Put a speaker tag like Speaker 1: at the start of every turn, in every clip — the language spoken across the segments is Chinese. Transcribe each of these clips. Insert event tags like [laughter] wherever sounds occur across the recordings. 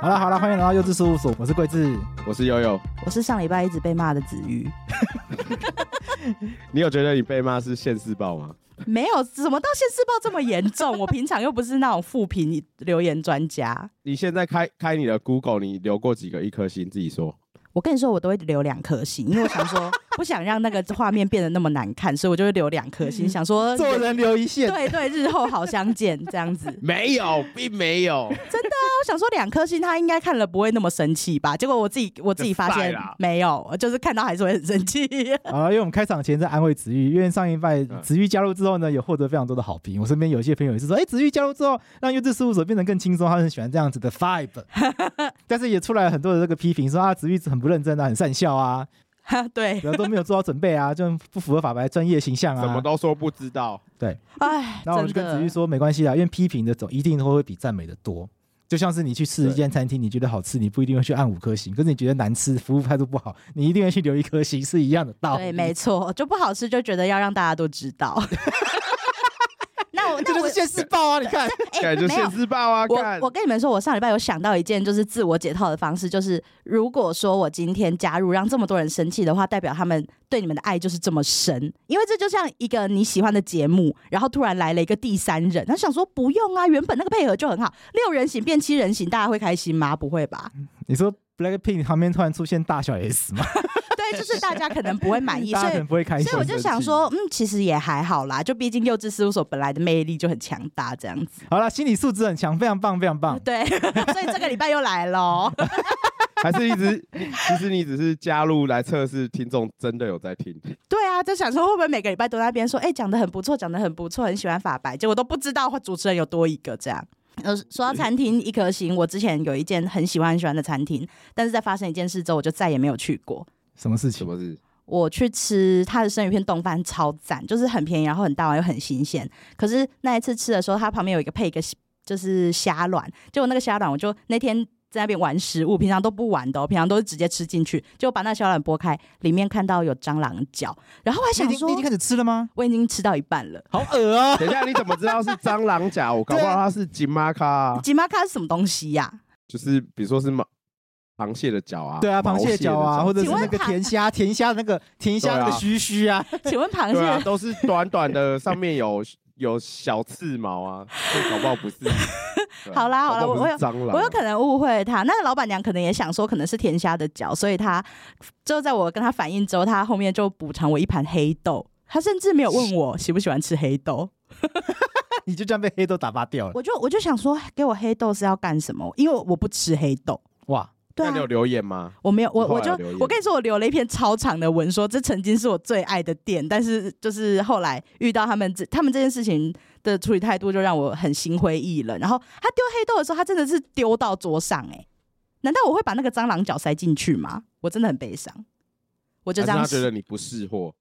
Speaker 1: 好了好了，欢迎来到幼稚事务所，我是桂智。
Speaker 2: 我是悠悠，
Speaker 3: 我是上礼拜一直被骂的子瑜，
Speaker 2: 你有觉得你被骂是现世报吗？
Speaker 3: 没有怎么到《现世报》这么严重。我平常又不是那种负评留言专家，
Speaker 2: 你现在开开你的 Google，你留过几个一颗星？自己说。
Speaker 3: 我跟你说，我都会留两颗星，因为我想说不想让那个画面变得那么难看，所以我就会留两颗星，想说
Speaker 1: 做人留一线，
Speaker 3: 对对，日后好相见这样子。那
Speaker 2: 没有，并没
Speaker 1: [laughs]
Speaker 2: 有。
Speaker 3: 我想说两颗星，他应该看了不会那么生气吧？结果我自己我自己发
Speaker 2: 就晒
Speaker 3: 现
Speaker 2: 啦
Speaker 3: 没有，就是看到还是会很生气。 [laughs]
Speaker 1: 好啊了，因为我们开场前在安慰子玉，因为上一拜子玉加入之后呢，有获得非常多的好评。我身边有一些朋友也是说，哎、子玉加入之后，让幼稚事务所变得更轻松，他很喜欢这样子的 vibe。但是也出来很多的这个批评，说啊，子玉很不认真啊，很善笑啊，
Speaker 3: 哈对，
Speaker 1: 然后都没有做好准备啊，就不符合法白专业形象啊。
Speaker 2: 什么都说不知道，
Speaker 3: 哎，
Speaker 1: 然后我就
Speaker 3: 真
Speaker 1: 跟
Speaker 3: 的
Speaker 1: 子玉说，没关系啦，因为批评的总一定都会比赞美的多。就像是你去吃一间餐厅，你觉得好吃，你不一定会去按五颗星；可是你觉得难吃，服务态度不好，你一定会去留一颗星，是一样的道理。
Speaker 3: 对，没错，就不好吃就觉得要让大家都知道。 [laughs] 那我
Speaker 1: 这
Speaker 3: 那
Speaker 1: 就
Speaker 3: 我
Speaker 1: 是现世报啊！你看，
Speaker 3: 哎、
Speaker 2: 感觉
Speaker 3: 没有
Speaker 2: 现。世报啊！
Speaker 3: 我
Speaker 2: 看
Speaker 3: 我跟你们说，我上礼拜有想到一件就是自我解套的方式，就是如果说我今天加入让这么多人生气的话，代表他们对你们的爱就是这么深，因为这就像一个你喜欢的节目，然后突然来了一个第三人，他想说不用啊，原本那个配合就很好，六人行变七人行，大家会开心吗？不会吧？ [laughs]
Speaker 1: 啊你说 Blackpink 旁边突然出现大小 S 嘛，
Speaker 3: 对，就是大家可能不会满意，
Speaker 1: [laughs] 大
Speaker 3: 所
Speaker 1: 家
Speaker 3: 以
Speaker 1: 可能不会开心。
Speaker 3: 所以我就想说，嗯，其实也还好啦，就毕竟幼稚事务所本来的魅力就很强大，这样子。
Speaker 1: 好了，心理素质很强，非常棒，非常棒。
Speaker 3: 对， [laughs] 所以这个礼拜又来喽。
Speaker 2: 还是一直，其实你只是加入来测试听众真的有在听，
Speaker 3: [laughs] 对啊，就想说会不会每个礼拜都在那边说，哎、讲的很不错，讲的很不错，很喜欢法白，结果都不知道主持人有多一个这样。呃，说到餐厅一颗星，我之前有一件很喜欢很喜欢的餐厅，但是在发生一件事之后，我就再也没有去过。
Speaker 1: 什么事
Speaker 2: 什
Speaker 1: 情？
Speaker 2: 么事？
Speaker 3: 我去吃它的生鱼片冻饭，超赞，就是很便宜，然后很大碗又很新鲜。可是那一次吃的时候，它旁边有一个配一个就是虾卵，结果那个虾卵我就那天。在那边玩食物，平常都不玩的、哦，平常都是直接吃进去。结果把那虾卵剥开，里面看到有蟑螂脚，然后我
Speaker 1: 你
Speaker 3: 还
Speaker 1: 已
Speaker 3: 想
Speaker 1: 经
Speaker 3: 说
Speaker 1: 你已，经开始吃了吗？
Speaker 3: 我已经吃到一半了。
Speaker 1: 好恶啊！
Speaker 2: 等一下，你怎么知道是蟑螂甲？我搞不好它是金玛卡啊，
Speaker 3: 吉玛卡是什么东西呀、 [laughs]
Speaker 2: 就是比如说是毛螃蟹的脚啊，
Speaker 1: 对啊，螃
Speaker 2: 毛
Speaker 1: 蟹
Speaker 2: 的
Speaker 1: 脚啊，或者是
Speaker 3: 请问
Speaker 1: 那个
Speaker 3: 螃
Speaker 1: 甜虾，甜虾那个甜虾那个
Speaker 2: 对啊
Speaker 1: 须须啊， [laughs]
Speaker 3: 请问螃蟹？
Speaker 2: 对啊，都是短短的，上面有有小刺毛啊，所以搞不好不是。对啊
Speaker 3: 好啦好啦
Speaker 2: 搞不好不是
Speaker 3: 我有
Speaker 2: 蟑螂啊，
Speaker 3: 我有可能误会他，那个老板娘可能也想说可能是甜虾的脚，所以他就在我跟他反映之后，他后面就补偿我一盘黑豆。他甚至没有问我喜不喜欢吃黑豆，
Speaker 1: 你就这样被黑豆打发掉了。
Speaker 3: 我就我就想说，哎给我黑豆是要干什么？因为我不吃黑豆。
Speaker 1: 哇，
Speaker 3: 对
Speaker 2: 那
Speaker 3: 啊
Speaker 2: 你有，留言吗？
Speaker 3: 我没有，我
Speaker 2: 你后
Speaker 3: 我
Speaker 2: 来
Speaker 3: 就
Speaker 2: 有留言
Speaker 3: 我跟你说，我留了一篇超长的文说，这曾经是我最爱的店，但是就是后来遇到他们这他们这件事情的处理态度，就让我很心灰意冷。然后他丢黑豆的时候，他真的是丢到桌上、欸，哎，难道我会把那个蟑螂脚塞进去吗？我真的很悲伤，我就这样
Speaker 2: 还是他觉得你不是货，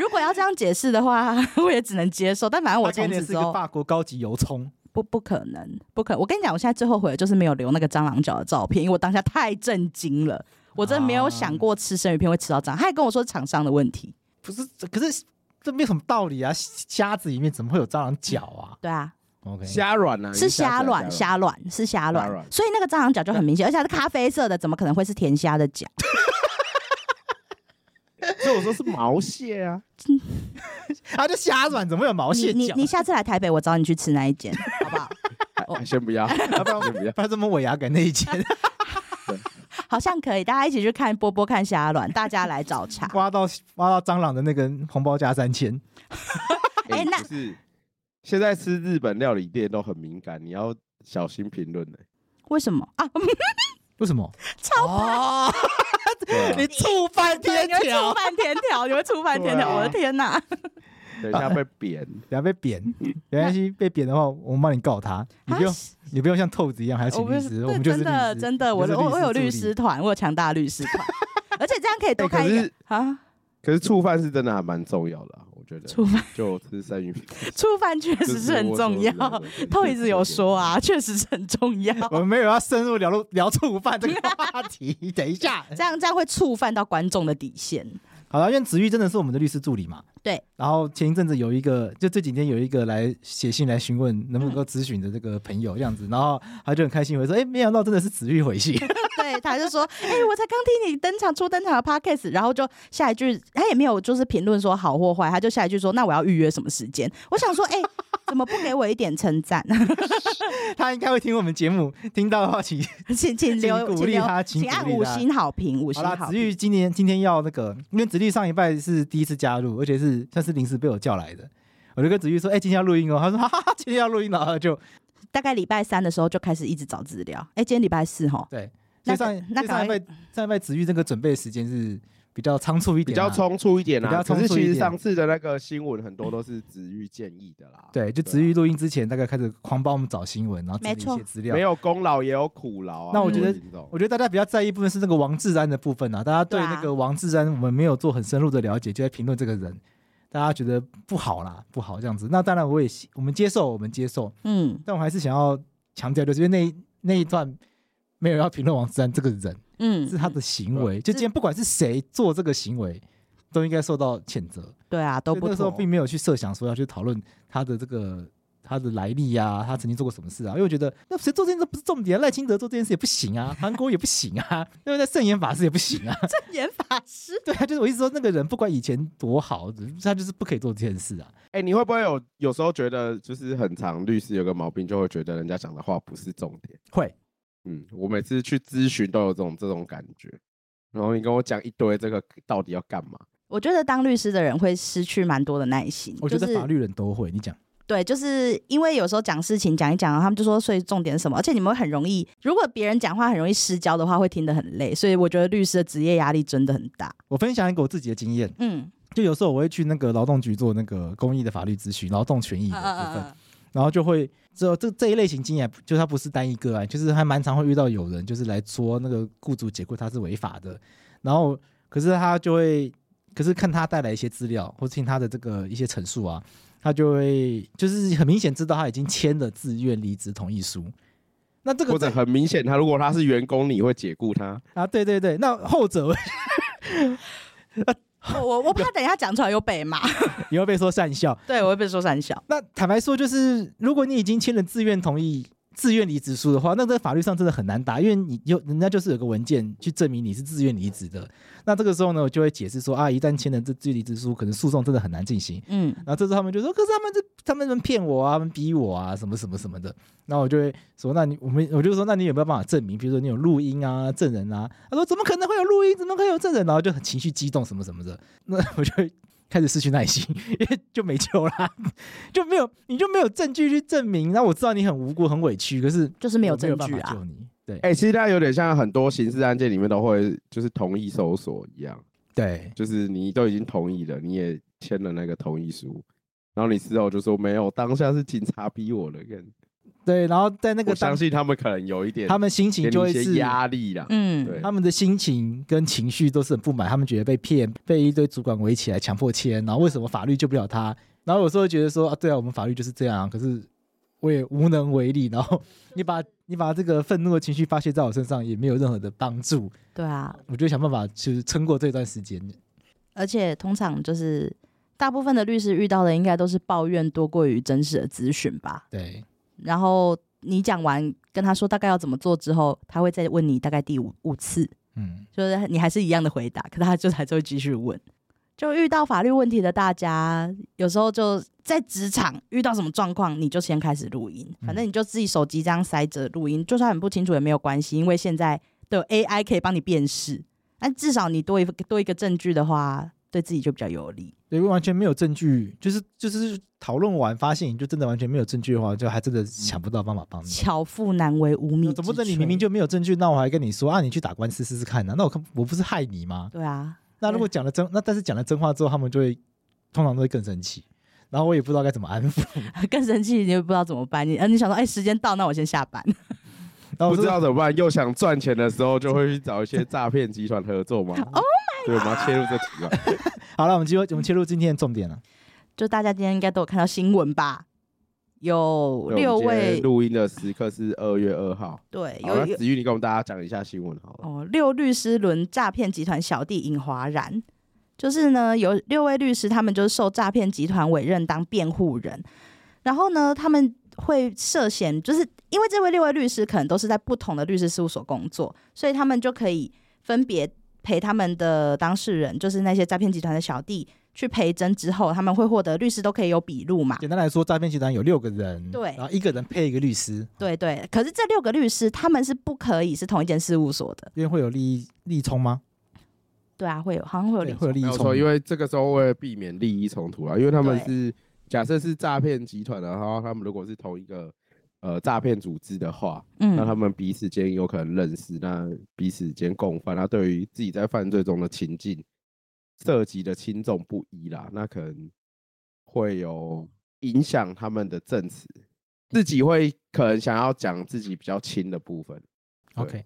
Speaker 3: 如果要这样解释的话， [laughs] 我也只能接受。但反啊正我
Speaker 1: 他给
Speaker 3: 从
Speaker 1: 你的是
Speaker 3: 此之
Speaker 1: 个
Speaker 3: 后
Speaker 1: 法国高级油葱。
Speaker 3: 不不可能，不可能。我跟你讲，我现在最后悔的就是没有留那个蟑螂脚的照片，因为我当下太震惊了，我真的没有想过吃生鱼片会吃到蟑螂。他还跟我说是厂商的问题，
Speaker 1: 不是，这可是这没有什么道理啊！虾子里面怎么会有蟑螂脚啊
Speaker 3: 对啊，
Speaker 1: ？OK，
Speaker 2: 虾卵啊，
Speaker 3: 是虾卵，
Speaker 2: 虾
Speaker 3: 虾卵是虾
Speaker 2: 虾
Speaker 3: 卵，
Speaker 2: 卵
Speaker 3: 所以那个蟑螂脚就很明显，而且它是咖啡色的，怎么可能会是甜虾的脚？
Speaker 2: 卵，所以我说是毛蟹啊。
Speaker 1: 啊，这虾卵怎么会有毛
Speaker 3: 你
Speaker 1: 蟹
Speaker 3: 你
Speaker 1: 脚？
Speaker 3: 你下次来台北，我找你去吃那一间，好不 [laughs] 好？哦
Speaker 2: 哎先不要，
Speaker 3: [laughs]
Speaker 1: 啊不然
Speaker 2: 先不要。
Speaker 1: 不然怎么尾牙感那一间
Speaker 3: 好像可以，大家一起去看波波看虾卵，大家来找茬。
Speaker 1: [laughs] 挖到挖到蟑螂的那个红包加三千，
Speaker 3: 哎那
Speaker 2: 不是现在吃日本料理店都很敏感，你要小心评论欸
Speaker 3: [laughs]
Speaker 2: 的。
Speaker 3: 为什么啊？
Speaker 1: [laughs]
Speaker 3: [laughs]
Speaker 1: 为什么？
Speaker 3: 超 [laughs]
Speaker 1: 哦，
Speaker 2: 对啊
Speaker 1: 你触犯
Speaker 3: 对
Speaker 1: 天
Speaker 3: 你会触
Speaker 1: 条，
Speaker 3: 犯天条，你会触犯天条，
Speaker 2: 对啊
Speaker 3: 我的天哪！
Speaker 2: 等一下被扁。
Speaker 1: 不要被贬，没关系，被贬的话，我们帮你告他，你不用
Speaker 3: [laughs] 啊
Speaker 1: 你不用像透子一样还啊要请
Speaker 3: 我不
Speaker 1: 律
Speaker 3: 是
Speaker 1: 师，
Speaker 3: 对
Speaker 1: 我们就是
Speaker 3: 真
Speaker 1: 律
Speaker 3: 的
Speaker 1: 师，
Speaker 3: 真的，
Speaker 1: 我
Speaker 3: 我
Speaker 1: 们就是
Speaker 3: 我我有
Speaker 1: 助
Speaker 3: 律
Speaker 1: 理
Speaker 3: 师，团，我有强大的律师
Speaker 1: [laughs]
Speaker 3: 团，而且这样可以多
Speaker 2: 哎可
Speaker 3: 看一个
Speaker 2: 是
Speaker 3: 啊，
Speaker 2: 可是触犯是真的还蛮重要的啊，我觉得。
Speaker 3: 触犯
Speaker 2: 就吃生
Speaker 3: [laughs]
Speaker 2: 鱼片，
Speaker 3: 触犯确实是很重要。透一直有说啊，确实是很重要。
Speaker 1: 我们没有要深入聊入聊触犯这个话题。等一下， [laughs]
Speaker 3: 这样这样会触犯到观众的底线。
Speaker 1: 好了，因为子玉真的是我们的律师助理嘛。
Speaker 3: 对。
Speaker 1: 然后前一阵子有一个，就这几天有一个来写信来询问能不能够咨询的这个朋友这样子，然后他就很开心，我说：“哎，没想到真的是子玉回信。 [laughs]
Speaker 3: 对，他就说：“哎、我才刚听你登场初登场的 podcast。”然后就下一句，他也没有就是评论说好或坏，他就下一句说：“那我要预约什么时间？”我想说：“哎、怎么不给我一点称赞？ [laughs]
Speaker 1: 他应该会听我们节目，听到的话
Speaker 3: [laughs]
Speaker 1: 请
Speaker 3: 请请留
Speaker 1: 请鼓
Speaker 3: 请
Speaker 1: 励
Speaker 3: 留
Speaker 1: 他请
Speaker 3: 请
Speaker 1: 鼓
Speaker 3: 按
Speaker 1: 励
Speaker 3: 五
Speaker 1: 他
Speaker 3: 星好评，五星
Speaker 1: 好啦，
Speaker 3: 好
Speaker 1: 子
Speaker 3: 评。
Speaker 1: 玉今年今天要那个，因为子玉上一拜是第一次加入，而且是算是临时被我叫来的。我就跟子玉说：“哎、今天要录音哦。”他说：“哈 [laughs] 哈哈，今天要录音了。”然后就
Speaker 3: 大概礼拜三的时候就开始一直找资料。哎、今天礼拜四吼，
Speaker 1: 对，所
Speaker 3: 那
Speaker 1: 以上一
Speaker 3: 那
Speaker 1: 所以上一拜上一拜子玉这个准备时间是比较仓促一
Speaker 2: 比
Speaker 1: 点、啊
Speaker 2: 较。冲促一点
Speaker 1: 比较
Speaker 2: 啦。
Speaker 1: 冲
Speaker 2: 可
Speaker 1: 促一
Speaker 2: 是
Speaker 1: 点
Speaker 2: 其实上次的那个新闻很多都是子玉建议的啦。
Speaker 1: 对，就
Speaker 2: 对啊
Speaker 1: 子玉录音之前大概开始狂帮我们找新闻，然后整
Speaker 3: 没
Speaker 1: 理一
Speaker 3: 错
Speaker 1: 些资料
Speaker 2: 没。有功劳也有苦劳啊。
Speaker 1: 那我觉得
Speaker 2: 各位听众
Speaker 1: 我觉得大家比较在意部分是那个王志安的部分啊，大家对
Speaker 3: 对啊
Speaker 1: 那个王志安我们没有做很深入的了解，就在评论这个人，大家觉得不好啦，不好这样子。那当然我也喜我们接受，我们接受。
Speaker 3: 嗯
Speaker 1: 但我还是想要强调，就是因为那一那一段没有要评论王志安这个人，
Speaker 3: 嗯，
Speaker 1: 是他的行为。就今天不管是谁做这个行为，都应该受到谴责。
Speaker 3: 对啊，都
Speaker 1: 所以那
Speaker 3: 不
Speaker 1: 个时候
Speaker 3: 错
Speaker 1: 并。没有去设想说要去讨论他的这个他的来历呀、他曾经做过什么事啊？因为我觉得那谁做这件事都不是重点啊，赖清德做这件事也不行啊，韩国也不行啊，对不对？圣严法师也不行啊。 [laughs]
Speaker 3: [laughs] 演法师
Speaker 1: 对啊，就是我一直说那个人不管以前多好，他就是不可以做这件事啊。
Speaker 2: 哎、你会不会有有时候觉得就是很长，律师有个毛病，就会觉得人家讲的话不是重点？
Speaker 1: 会，
Speaker 2: 嗯，我每次去咨询都有这种这种感觉。然后你跟我讲一堆这个到底要干嘛？
Speaker 3: 我觉得当律师的人会失去蛮多的耐心。
Speaker 1: 我觉得
Speaker 3: 就是
Speaker 1: 法律人都会。你讲，
Speaker 3: 对，就是因为有时候讲事情讲一讲，他们就说所以重点是什么，而且你们会很容易，如果别人讲话很容易失焦的话，会听得很累，所以我觉得律师的职业压力真的很大。
Speaker 1: 我分享一个我自己的经验，
Speaker 3: 嗯，
Speaker 1: 就有时候我会去那个劳动局做那个公益的法律咨询，劳动
Speaker 3: 嗯
Speaker 1: 权益的部分。然后就会这这这一类型经验，就它不是单一个案，就是还蛮常会遇到有人就是来说那个雇主解雇他是违法的，然后可是他就会，可是看他带来一些资料或听他的这个一些陈述啊，他就会就是很明显知道他已经签了自愿离职同意书。那这个
Speaker 2: 或者很明显，他如果他是员工，你会解雇他。
Speaker 1: 啊，对对对，那后 [laughs] 者
Speaker 3: 我我
Speaker 1: [laughs]
Speaker 3: 我怕等一下讲出来又被骂，
Speaker 1: 也会被说善笑。
Speaker 3: 对我会被说三小。
Speaker 1: 那坦白说，就是如果你已经签了自愿同意、自愿离职书的话，那在法律上真的很难打，因为你有人家就是有个文件去证明你是自愿离职的。那这个时候呢，我就会解释说啊，一旦签了这自愿离职书，可能诉讼真的很难进行。
Speaker 3: 嗯，
Speaker 1: 然后这时候他们就说，可是他们这他们能骗我啊，他们逼我啊，什么什么什么的。然后我就会说，那你我们我就说，那你有没有办法证明？比如说你有录音啊、证人啊。他说怎么可能会有录音？怎么可以有证人？然后就很情绪激动什么什么的。那我就会开始失去耐心，因为就没救啦，就没有你就没有证据去证明。那我知道你很无辜、很委屈，可是
Speaker 3: 就是没有
Speaker 1: 我没有
Speaker 3: 证
Speaker 1: 办
Speaker 3: 据
Speaker 1: 法
Speaker 3: 啊。
Speaker 1: 救你。对
Speaker 2: 哎、其实他有点像很多刑事案件里面都会就是同意搜索一样，
Speaker 1: 对
Speaker 2: 就是你都已经同意了，你也签了那个同意书，然后你事后就说没有，当下是警察逼我的。跟
Speaker 1: 对，然后在那个
Speaker 2: 我相
Speaker 1: 当
Speaker 2: 信他们可能有一点，
Speaker 1: 他们心情
Speaker 2: 给
Speaker 1: 就
Speaker 2: 你
Speaker 1: 会
Speaker 2: 一
Speaker 1: 是
Speaker 2: 些压力啦。
Speaker 3: 嗯
Speaker 2: 对，
Speaker 1: 他们的心情跟情绪都是很不满，他们觉得被骗，被一堆主管围起来强迫签，然后为什么法律救不了他？然后有时候会觉得说啊，对啊，我们法律就是这样，可是我也无能为力。然后你把你把这个愤怒的情绪发泄在我身上，也没有任何的帮助。
Speaker 3: 对啊，
Speaker 1: 我就想办法就是撑过这段时间。
Speaker 3: 而且通常就是大部分的律师遇到的应该都是抱怨多过于真实的咨询吧。
Speaker 1: 对，
Speaker 3: 然后你讲完跟他说大概要怎么做之后，他会再问你大概第五五次，
Speaker 1: 嗯，
Speaker 3: 就是你还是一样的回答，可他就还是会继续问。就遇到法律问题的大家，有时候就在职场遇到什么状况，你就先开始录音，
Speaker 1: 嗯
Speaker 3: 反正你就自己手机这样塞着录音，就算很不清楚也没有关系，因为现在都有 AI 可以帮你辨识。但至少你多一个多一个证据的话，对自己就比较有利。
Speaker 1: 因为完全没有证据，就是就是讨论完发现，你就真的完全没有证据的话，就还真的想不到办法帮你。
Speaker 3: 巧妇难为无米之炊。
Speaker 1: 嗯怎么着？你明明就没有证据，那我还跟你说啊，你去打官司试试看呢、那我看我不是害你吗？
Speaker 3: 对啊， [laughs]
Speaker 1: 那如果讲了真，那但是讲了真话之后，他们就会通常都会更生气，然后我也不知道该怎么安抚。 [laughs]
Speaker 3: 更生气，你也不知道怎么办。你呃，你想说，哎、时间到，那我先下班。
Speaker 1: 然后我
Speaker 2: 不
Speaker 1: 说
Speaker 2: 知道怎么办，又想赚钱的时候，就会去找
Speaker 1: [laughs]
Speaker 2: 一些诈骗集团合作嘛。
Speaker 1: 哦
Speaker 3: Oh
Speaker 2: 对，我们要切入这题了。
Speaker 1: 好了，我们就我们切入今天的重点了。
Speaker 3: 就大家今天应该都有看到新闻吧？有
Speaker 2: 对
Speaker 3: 六
Speaker 2: 我们今天
Speaker 3: 位，
Speaker 2: 录音的时刻是二月二号。
Speaker 3: 对，
Speaker 2: 好，啊
Speaker 3: 有
Speaker 2: 那
Speaker 3: 有
Speaker 2: 子玉，你跟我们大家讲一下新闻好了。
Speaker 3: 哦，六律师轮诈骗集团小弟引华然，就是呢，有六位律师，他们就是受诈骗集团委任当辩护人，然后呢，他们会涉嫌，就是因为这位六位律师可能都是在不同的律师事务所工作，所以他们就可以分别陪他们的当事人，就是那些诈骗集团的小弟去陪侦之后，他们会获得律师都可以有笔录嘛？
Speaker 1: 简单来说，诈骗集团有六个人，
Speaker 3: 对
Speaker 1: 然后一个人配一个律师，，
Speaker 3: 对对，可是这六个律师他们是不可以是同一间事务所的，
Speaker 1: 因为会有利益利冲吗？
Speaker 3: 对啊，会有好像会有
Speaker 1: 对，
Speaker 3: 理
Speaker 1: 会有利
Speaker 2: 没
Speaker 1: 益
Speaker 2: 有
Speaker 1: 冲，
Speaker 2: 错，因为这个时候为了避免利益冲突啊，因为他们
Speaker 3: 对
Speaker 2: 是假设是诈骗集团的话，他们如果是同一个呃诈骗组织的话，那他
Speaker 3: 嗯，
Speaker 2: 们彼此间有可能认识，那彼此间共犯，那对于自己在犯罪中的情境涉及的轻重不一啦，那可能会有影响他们的证词，自己会可能想要讲自己比较轻的部分。对
Speaker 1: OK，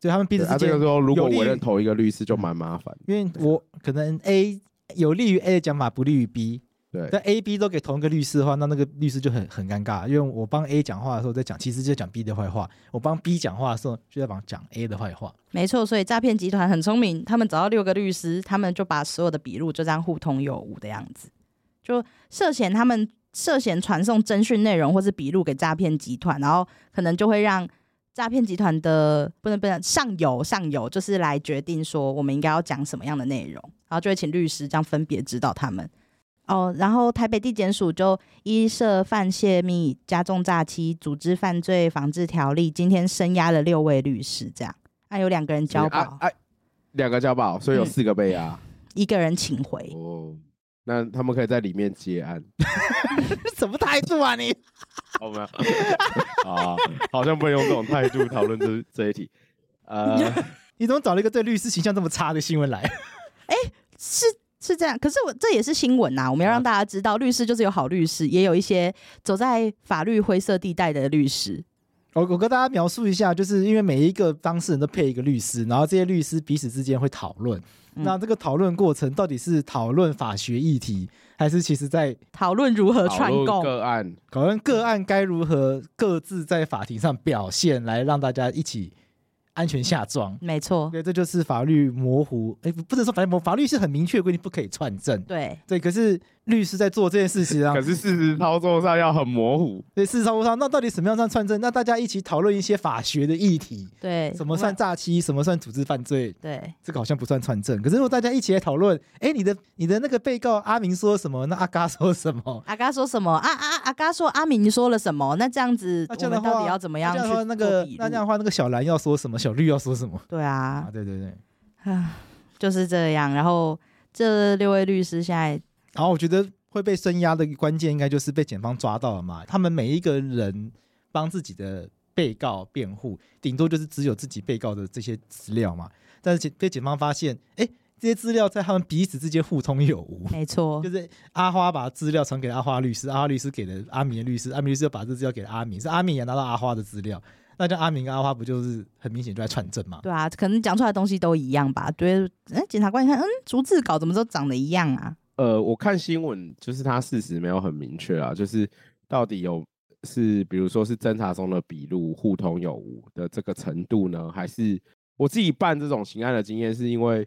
Speaker 1: 所以他们彼
Speaker 2: 对
Speaker 1: 此
Speaker 2: 啊，
Speaker 1: 之
Speaker 2: 这个
Speaker 1: 间
Speaker 2: 时，候如
Speaker 1: 有
Speaker 2: 果
Speaker 1: 利
Speaker 2: 委
Speaker 1: 于
Speaker 2: 任同一个律师就蛮麻烦的。
Speaker 1: 因为我可能 A 有利于 A 的讲法，不利于 B，
Speaker 2: 对，
Speaker 1: 但 A、B 都给同一个律师的话，那那个律师就很很尴尬，因为我帮 A 讲话的时候在讲，其实就讲 B 的坏话；我帮 B 讲话的时候就在帮讲 A 的坏话。
Speaker 3: 没错，所以诈骗集团很聪明，他们找到六个律师，他们就把所有的笔录就这样互通有无的样子，就涉嫌他们涉嫌传送侦讯内容或是笔录给诈骗集团，然后可能就会让诈骗集团的不能不能上游上游就是来决定说我们应该要讲什么样的内容，然后就会请律师这样分别指导他们。哦，然后台北地检署就依涉犯泄密、加重诈欺、组织犯罪防治条例，今天声押了六位律师，这样，啊，有两个人交保，
Speaker 2: 啊啊，两个交保，所以有
Speaker 3: 嗯
Speaker 2: 四个被
Speaker 3: [laughs]
Speaker 2: 押。
Speaker 3: 一个人请回。
Speaker 2: 哦，那他们可以在里面接案。
Speaker 1: 什么态度啊你？
Speaker 2: 好哦没有啊，好像不能用这种态度讨论这这一题。
Speaker 3: [laughs]
Speaker 2: 呃，
Speaker 1: 你怎么找了一个对律师形象这么差的新闻来？ [laughs]
Speaker 3: 是是这样，可是我这也是新闻呐、我们要
Speaker 2: 嗯
Speaker 3: 让大家知道，律师就是有好律师，也有一些走在法律灰色地带的律师。
Speaker 1: 我我跟大家描述一下，就是因为每一个当事人都配一个律师，然后这些律师彼此之间会讨论。
Speaker 3: 嗯
Speaker 1: 那这个讨论过程到底是讨论法学议题，还是其实在
Speaker 3: 讨论如何
Speaker 2: 讨
Speaker 3: 串
Speaker 2: 论
Speaker 3: 供，
Speaker 2: 个案，
Speaker 1: 讨论个案该如何各自在法庭上表现，来让大家一起安全下庄？
Speaker 3: 没错，
Speaker 1: 对，这就是法律模糊，哎，不不能说法律模糊，法律是很明确的规定，不可以串证。
Speaker 3: 对，
Speaker 1: 对，可是律师在做这件事情啊
Speaker 2: 可，是事实操作上要很模糊。
Speaker 1: 对，事实上，那到底什么样算串证？那大家一起讨论一些法学的议题，
Speaker 3: 对，
Speaker 1: 什么算诈欺，什么算组织犯罪，
Speaker 3: 对，
Speaker 1: 这个好像不算串证。可是如果大家一起来讨论，哎，你的你的那个被告阿明说什么，那阿嘎说什么，
Speaker 3: 阿嘎说什么？啊啊，阿嘎说阿明说了什么？那这样子，
Speaker 1: 那这
Speaker 3: 我
Speaker 1: 样的
Speaker 3: 们
Speaker 1: 话
Speaker 3: 到底要怎么
Speaker 1: 那
Speaker 3: 样
Speaker 1: 这样
Speaker 3: 去
Speaker 1: 的话，那
Speaker 3: 做
Speaker 1: 个
Speaker 3: 笔录
Speaker 1: 那这样的话，那个小蓝要说什么，小绿要说什么
Speaker 3: 对
Speaker 1: 啊？
Speaker 3: 啊，
Speaker 1: 对对对。
Speaker 3: 啊，就是这样。然后这六位律师现在
Speaker 1: 然后我觉得会被声押的关键，应该就是被检方抓到了嘛。他们每一个人帮自己的被告辩护，顶多就是只有自己被告的这些资料嘛。但是检被检方发现，哎，这些资料在他们彼此之间互通有无。
Speaker 3: 没错
Speaker 1: 就，是阿花把资料传给阿花律师，阿花律师给了阿明的律师，阿明律师又把这资料给了阿明，是阿明也拿到阿花的资料，那这样阿明跟阿花不就是很明显就在串证嘛？
Speaker 3: 对啊，可能讲出来的东西都一样吧。觉得，哎，检察官一看，嗯，逐字稿怎么都长得一样啊？
Speaker 2: 呃，我看新闻就是它事实没有很明确啊，就是到底有是比如说是侦查中的笔录互通有无的这个程度呢，还是我自己办这种刑案的经验，是因为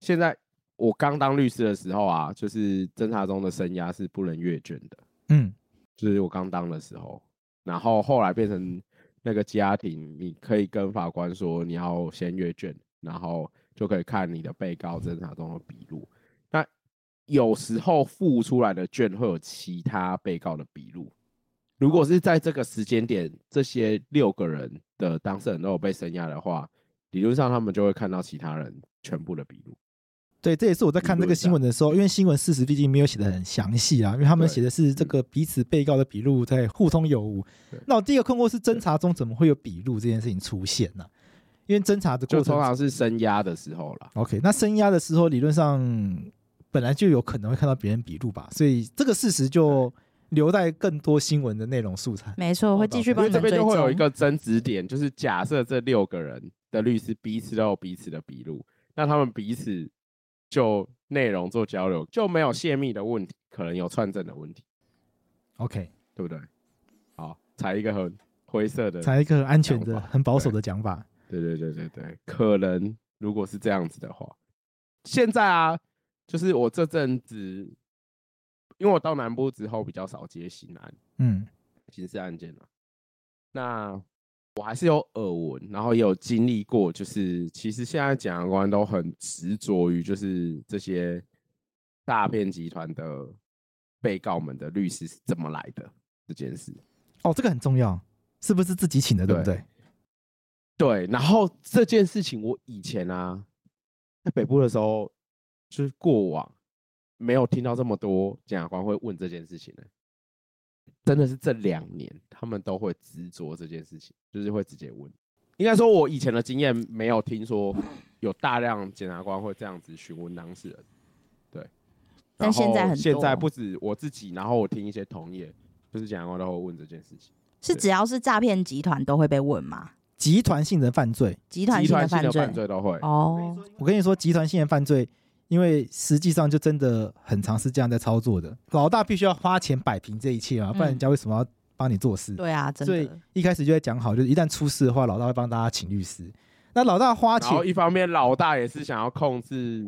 Speaker 2: 现在我刚当律师的时候啊，就是侦查中的声押是不能阅卷的。
Speaker 1: 嗯，
Speaker 2: 就是我刚当的时候，然后后来变成那个家庭，你可以跟法官说你要先阅卷，然后就可以看你的被告侦查中的笔录。那有时候付出来的卷会有其他被告的笔录。如
Speaker 1: 哦
Speaker 2: 果是在这个时间点，这些六个人的当事人都有被声押的话，理论上他们就会看到其他人全部的笔录。
Speaker 1: 对，这也是我在看这个新闻的时候，因为新闻事实毕竟没有写的很详细啊，因为他们
Speaker 2: 对嗯
Speaker 1: 写的是这个彼此被告的笔录在互通有无
Speaker 2: 对。
Speaker 1: 那我第一个困惑是侦查中怎么会有笔录这件事情出现呢、因为侦查的
Speaker 2: 就
Speaker 1: 过
Speaker 2: 通
Speaker 1: 程
Speaker 2: 常是声押的时候啦。
Speaker 1: OK，那声押的时候，理论上本来就有可能会看到别人笔录吧，所以这个事实就留在更多新闻的内容素材。
Speaker 3: 没错，会继续
Speaker 1: 因
Speaker 2: 哦因
Speaker 3: 帮
Speaker 2: 为
Speaker 3: 你
Speaker 2: 这
Speaker 3: 们追
Speaker 2: 边就
Speaker 3: 踪。
Speaker 2: 会有一个争执点，就是假设这六个人的律师彼此都有彼此的笔录，那他们彼此就内容做交流，就没有泄密的问题，可能有串证的问题，
Speaker 1: OK，
Speaker 2: 对不对？好，踩一个很灰色的，
Speaker 1: 才一个安全的、
Speaker 2: 讲法
Speaker 1: 很保守的讲法。
Speaker 2: 对对对对对，可能如果是这样子的话，现在啊，就是我这阵子，因为我到南部之后比较少接刑案、
Speaker 1: 嗯
Speaker 2: 刑事案件了、啊那我还是有耳闻，然后也有经历过，就是其实现在检察官都很执着于就是这些诈骗集团的被告们的律师是怎么来的这件事。
Speaker 1: 哦，这个很重要，是不是自己请的，对不
Speaker 2: 对
Speaker 1: 对？
Speaker 2: 对，然后这件事情我以前啊，在北部的时候，就是过往没有听到这么多检察官会问这件事情的，真的是这两年他们都会执着这件事情，就是会直接问。应该说，我以前的经验没有听说有大量检察官会这样子询问当事人，对。
Speaker 3: 但
Speaker 2: 然
Speaker 3: 现在
Speaker 2: 后
Speaker 3: 很
Speaker 2: 现在
Speaker 3: 多
Speaker 2: 不止我自己，然后我听一些同业，就是检察官都会问这件事情，
Speaker 3: 是只要是诈骗集团都会被问吗？
Speaker 1: 集团性的犯罪，
Speaker 3: 集团
Speaker 2: 集
Speaker 3: 性的
Speaker 2: 团性
Speaker 3: 犯
Speaker 2: 的
Speaker 3: 罪
Speaker 2: 犯罪都会。
Speaker 3: 哦，
Speaker 1: 我跟你说，集团性的犯罪，因为实际上就真的很常是这样在操作的。老大必须要花钱摆平这一切啊，不然人家为什么要帮你做事？
Speaker 3: 嗯对啊，真
Speaker 1: 所以
Speaker 3: 的，
Speaker 1: 一开始就在讲好，就是一旦出事的话，老大会帮大家请律师。那老大花
Speaker 2: 然
Speaker 1: 钱
Speaker 2: 后一方面，老大也是想要控制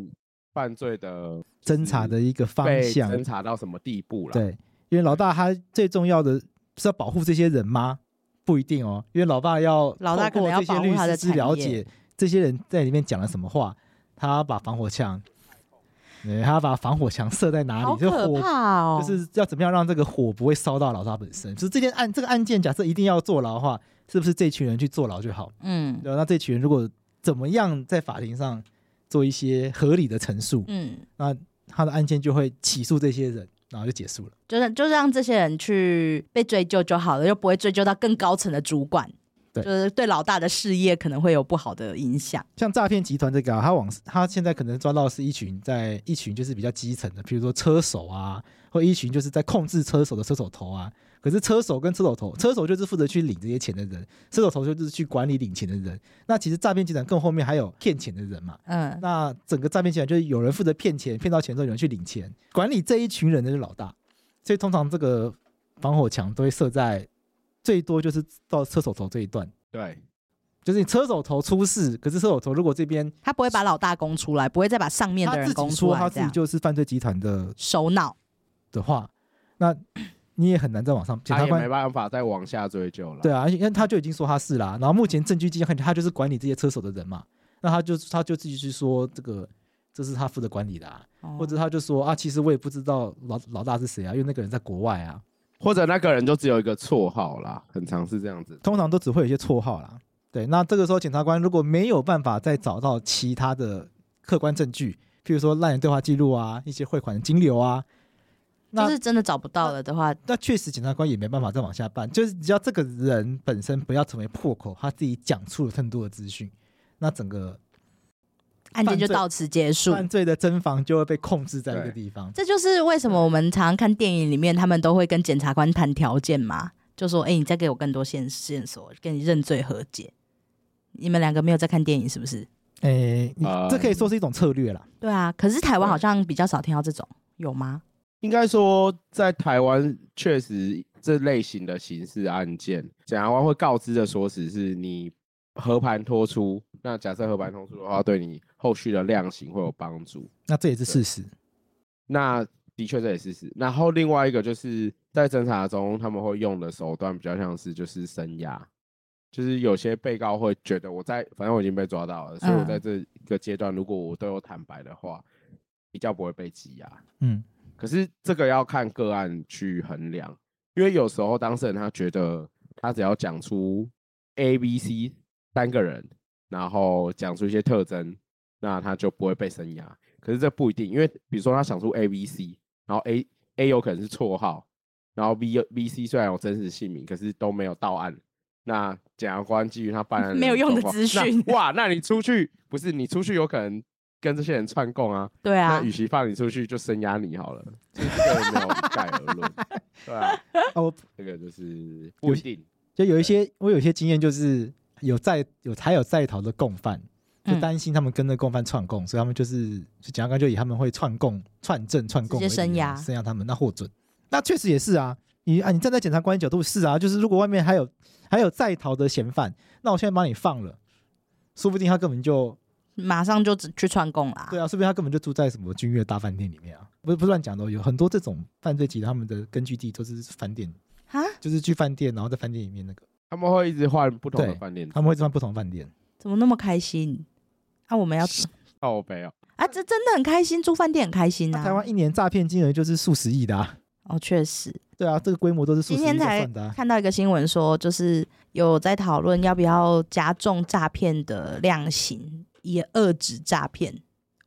Speaker 2: 犯罪的
Speaker 1: 侦查的一个方
Speaker 2: 被
Speaker 1: 向，
Speaker 2: 侦查到什么地步了。，
Speaker 1: 对，因为老大他最重要的是要保护这些人吗？不一定哦，因为老大要
Speaker 3: 老大
Speaker 1: 透过
Speaker 3: 可能要
Speaker 1: 这些
Speaker 3: 保护
Speaker 1: 律
Speaker 3: 他的
Speaker 1: 师去
Speaker 3: 产
Speaker 1: 了
Speaker 3: 业
Speaker 1: 解这些人在里面讲了什么话，他把防火墙，对他把防火墙设在哪
Speaker 3: 好
Speaker 1: 里，这
Speaker 3: 可
Speaker 1: 火
Speaker 3: 怕哦！
Speaker 1: 就是要怎么样让这个火不会烧到老大本身。就是这件案这个案件，假设一定要坐牢的话，是不是这群人去坐牢就好？
Speaker 3: 嗯
Speaker 1: 对吧、那这群人如果怎么样在法庭上做一些合理的陈述，
Speaker 3: 嗯，
Speaker 1: 他的案件就会起诉这些人，然后就结束了。
Speaker 3: 就是就是让这些人去被追究就好了，又不会追究到更高层的主管，
Speaker 1: 对
Speaker 3: 就是对老大的事业可能会有不好的影响。
Speaker 1: 像诈骗集团这个、啊，他往他现在可能抓到是一群在一群就是比较基层的，比如说车手啊，或一群就是在控制车手的车手头啊。可是车手跟车手头，车手就是负责去领这些钱的人，车手头就是去管理领钱的人。那其实诈骗集团更后面还有骗钱的人嘛。
Speaker 3: 嗯，
Speaker 1: 那整个诈骗集团就是有人负责骗钱，骗到钱之后有人去领钱，管理这一群人的就是老大。所以通常这个防火墙都会设在最多就是到车手头这一段，
Speaker 2: 对，
Speaker 1: 就是你车手头出事，可是车手头如果这边
Speaker 3: 他不会把老大供出来，不会再把上面的
Speaker 1: 他
Speaker 3: 人
Speaker 1: 自
Speaker 3: 供
Speaker 1: 己
Speaker 3: 出
Speaker 1: 说他
Speaker 3: 来，
Speaker 1: 自己
Speaker 3: 这样
Speaker 1: 就是犯罪集团的
Speaker 3: 首脑。
Speaker 1: 的话，那你也很难再往上。检察
Speaker 2: 他也没
Speaker 1: 官
Speaker 2: 办法再往下追究了。
Speaker 1: 对啊，而且因为他就已经说他是啦，然后目前证据迹象，他就是管理这些车手的人嘛，那他就他就自己去说这个这是他负责管理的、啊，
Speaker 3: 哦
Speaker 1: 或者他就说啊，其实我也不知道老老大是谁啊，因为那个人在国外啊，
Speaker 2: 或者那个人就只有一个绰号啦，很常是这样子。
Speaker 1: 通常都只会有一些绰号啦。对，那这个时候检察官如果没有办法再找到其他的客观证据，譬如说烂人对话记录啊，一些汇款的金流啊，那
Speaker 3: 就是真的找不到了的话，
Speaker 1: 那确实检察官也没办法再往下办，就是只要这个人本身不要成为破口，他自己讲出了更多的资讯，那整个
Speaker 3: 案件
Speaker 1: 犯
Speaker 3: 就
Speaker 1: 罪
Speaker 3: 到此结束。
Speaker 1: 犯罪的侦防就会被控制在一个
Speaker 2: 对
Speaker 1: 地方。
Speaker 3: 这就是为什么我们常常看电影里面，他们都会跟检察官谈条件嘛，就说：“哎、你再给我更多线线索，跟你认罪和解。”你们两个没有在看电影是不是？
Speaker 1: 诶、你
Speaker 2: 呃
Speaker 1: 这可以说是一种策略啦。
Speaker 3: 对啊，可是台湾好像比较少听到这种，有吗？
Speaker 2: 应该说，在台湾确实这类型的刑事案件，检察官会告知的说辞是你和盘托出。那假设和盘托出的话，对你后续的量刑会有帮助。
Speaker 1: 那这也是事实。
Speaker 2: 那的确这也是事实。然后另外一个就是在侦查中，他们会用的手段比较像是就是声压，就是有些被告会觉得我在，反正我已经被抓到了，所以我
Speaker 3: 嗯
Speaker 2: 在这一个阶段，如果我都有坦白的话，比较不会被羁押。
Speaker 1: 嗯，
Speaker 2: 可是这个要看个案去衡量，因为有时候当事人他觉得他只要讲出 A、B、C 三个人，然后讲出一些特征，那他就不会被生涯。可是这不一定，因为比如说他想出 A、B、C，然后 A A 有可能是绰号，然后 B 有 B、C 虽然有真实姓名，可是都没有到案。那检察官基于他办案人
Speaker 3: 没有用的
Speaker 2: 状况
Speaker 3: 资
Speaker 2: 那
Speaker 3: 讯
Speaker 2: 哇，那你出去不是你出去有可能跟这些人串供啊，
Speaker 3: 对啊
Speaker 2: 那，与其放你出去，就生压你好了， [laughs] 就是这个没有一概而论。对啊，
Speaker 1: 哦，
Speaker 2: 这个
Speaker 1: [laughs]
Speaker 2: 就是不一定。
Speaker 1: 就有一些我有一些经验，就是有在有还有在逃的共犯，就
Speaker 3: 嗯
Speaker 1: 担心他们跟着共犯串供，所以他们就是就检察官就以他们会串供、串证、串供
Speaker 3: 直接
Speaker 1: 为理由
Speaker 3: 生涯
Speaker 1: 生涯他们那获准。那确实也是啊，你啊，你站在检察官角度是啊，就是如果外面还有还有在逃的嫌犯，那我现在把你放了，说不定他根本就
Speaker 3: 马上就只去串供啦。
Speaker 1: 对啊，说不定他根本就住在什么君悦大饭店里面啊，不是不是乱讲的哦，有很多这种犯罪集团他们的根据地都是饭店，
Speaker 3: 啊，
Speaker 1: 就是去饭店，然后在饭店里面那个，
Speaker 2: 他们会一直换不同的
Speaker 1: 对
Speaker 2: 饭店，
Speaker 1: 他们会换不同饭店。
Speaker 3: 怎么那么开心？啊，我们要
Speaker 2: 靠北哦，
Speaker 3: 啊，这真的很开心，住饭店很开心
Speaker 1: 那
Speaker 3: 啊。
Speaker 1: 台湾一年诈骗金额就是数十亿的啊，
Speaker 3: 哦，确实，
Speaker 1: 对啊，这个规模都是数
Speaker 3: 今
Speaker 1: 十亿
Speaker 3: 天
Speaker 1: 在
Speaker 3: 才
Speaker 1: 算的啊。
Speaker 3: 看到一个新闻说，就是有在讨论要不要加重诈骗的量刑，以遏制诈骗。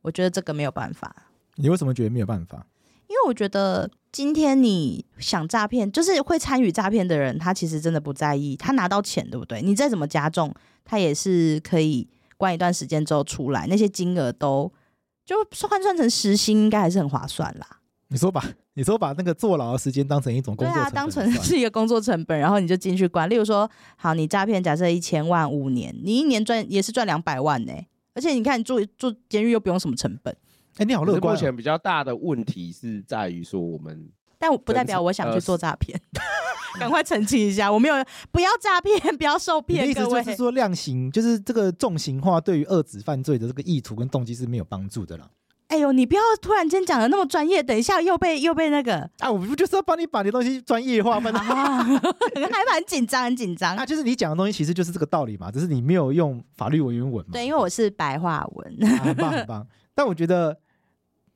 Speaker 3: 我觉得这个没有办法，
Speaker 1: 你为什么觉得没有办法？
Speaker 3: 因为我觉得今天你想诈骗，就是会参与诈骗的人，他其实真的不在意，他拿到钱，对不对？你再怎么加重，他也是可以关一段时间之后出来，那些金额都就换算成时薪，应该还是很划算啦。
Speaker 1: 你说把 [laughs] 你说把那个坐牢的时间当成一种工
Speaker 3: 对
Speaker 1: 作
Speaker 3: 啊，
Speaker 1: 成本
Speaker 3: 当
Speaker 1: 来
Speaker 3: 成
Speaker 1: 算
Speaker 3: 是一个工作成本，然后你就进去关。例如说，好，你诈骗假设一千万五年，你一年赚也是赚两百万呢、而且你看，你住住监狱又不用什么成本，
Speaker 1: 哎，你好
Speaker 2: 可
Speaker 1: 乐
Speaker 2: 是
Speaker 1: 观
Speaker 2: 目
Speaker 1: 哦。
Speaker 2: 前比较大的问题是在于说，我们
Speaker 3: 但我不代表我想
Speaker 1: 呃
Speaker 3: 去做诈
Speaker 1: [laughs]
Speaker 3: 骗，赶快澄清一下，我没有不要诈骗，不要受
Speaker 1: 你的
Speaker 3: 骗，
Speaker 1: 意思
Speaker 3: 各
Speaker 1: 就
Speaker 3: 位。
Speaker 1: 是说，量刑就是这个重刑化对于遏止犯罪的这个意图跟动机是没有帮助的啦。
Speaker 3: 哎呦，你不要突然间讲的那么专业，等一下又被又被那
Speaker 1: [laughs]
Speaker 3: 个
Speaker 1: 啊，我不就是要帮你把你的东西专业
Speaker 3: [laughs]
Speaker 1: 化，反正
Speaker 3: 啊，很害怕，很紧张，很紧张
Speaker 1: 啊，。就是你讲的东西其实就是这个道理嘛，只是你没有用法律文言文嘛。
Speaker 3: 对，因为我是白话文，
Speaker 1: 啊很棒很棒。但我觉得，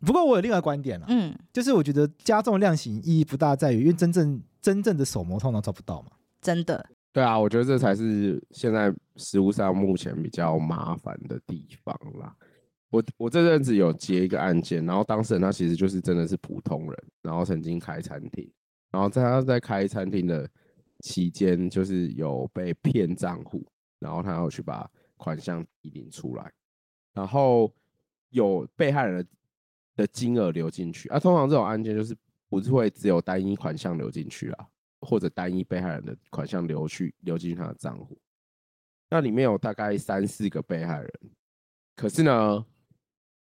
Speaker 1: 不过我有另外一个观点啦，
Speaker 3: 嗯，
Speaker 1: 就是我觉得加重量刑意义不大在于，因为真正真正的手模通常抓不到嘛。
Speaker 3: 真的，
Speaker 2: 对啊，我觉得这才是现在实务上目前比较麻烦的地方啦。我我这阵子有接一个案件，然后当事人他其实就是真的是普通人，然后曾经开餐厅，然后在他在开餐厅的期间，就是有被骗账户，然后他要去把款项提领出来，然后有被害人的的金额流进去啊。通常这种案件就是不是会只有单一款项流进去啊，或者单一被害人的款项流去流进他的账户。那里面有大概三四个被害人，可是呢，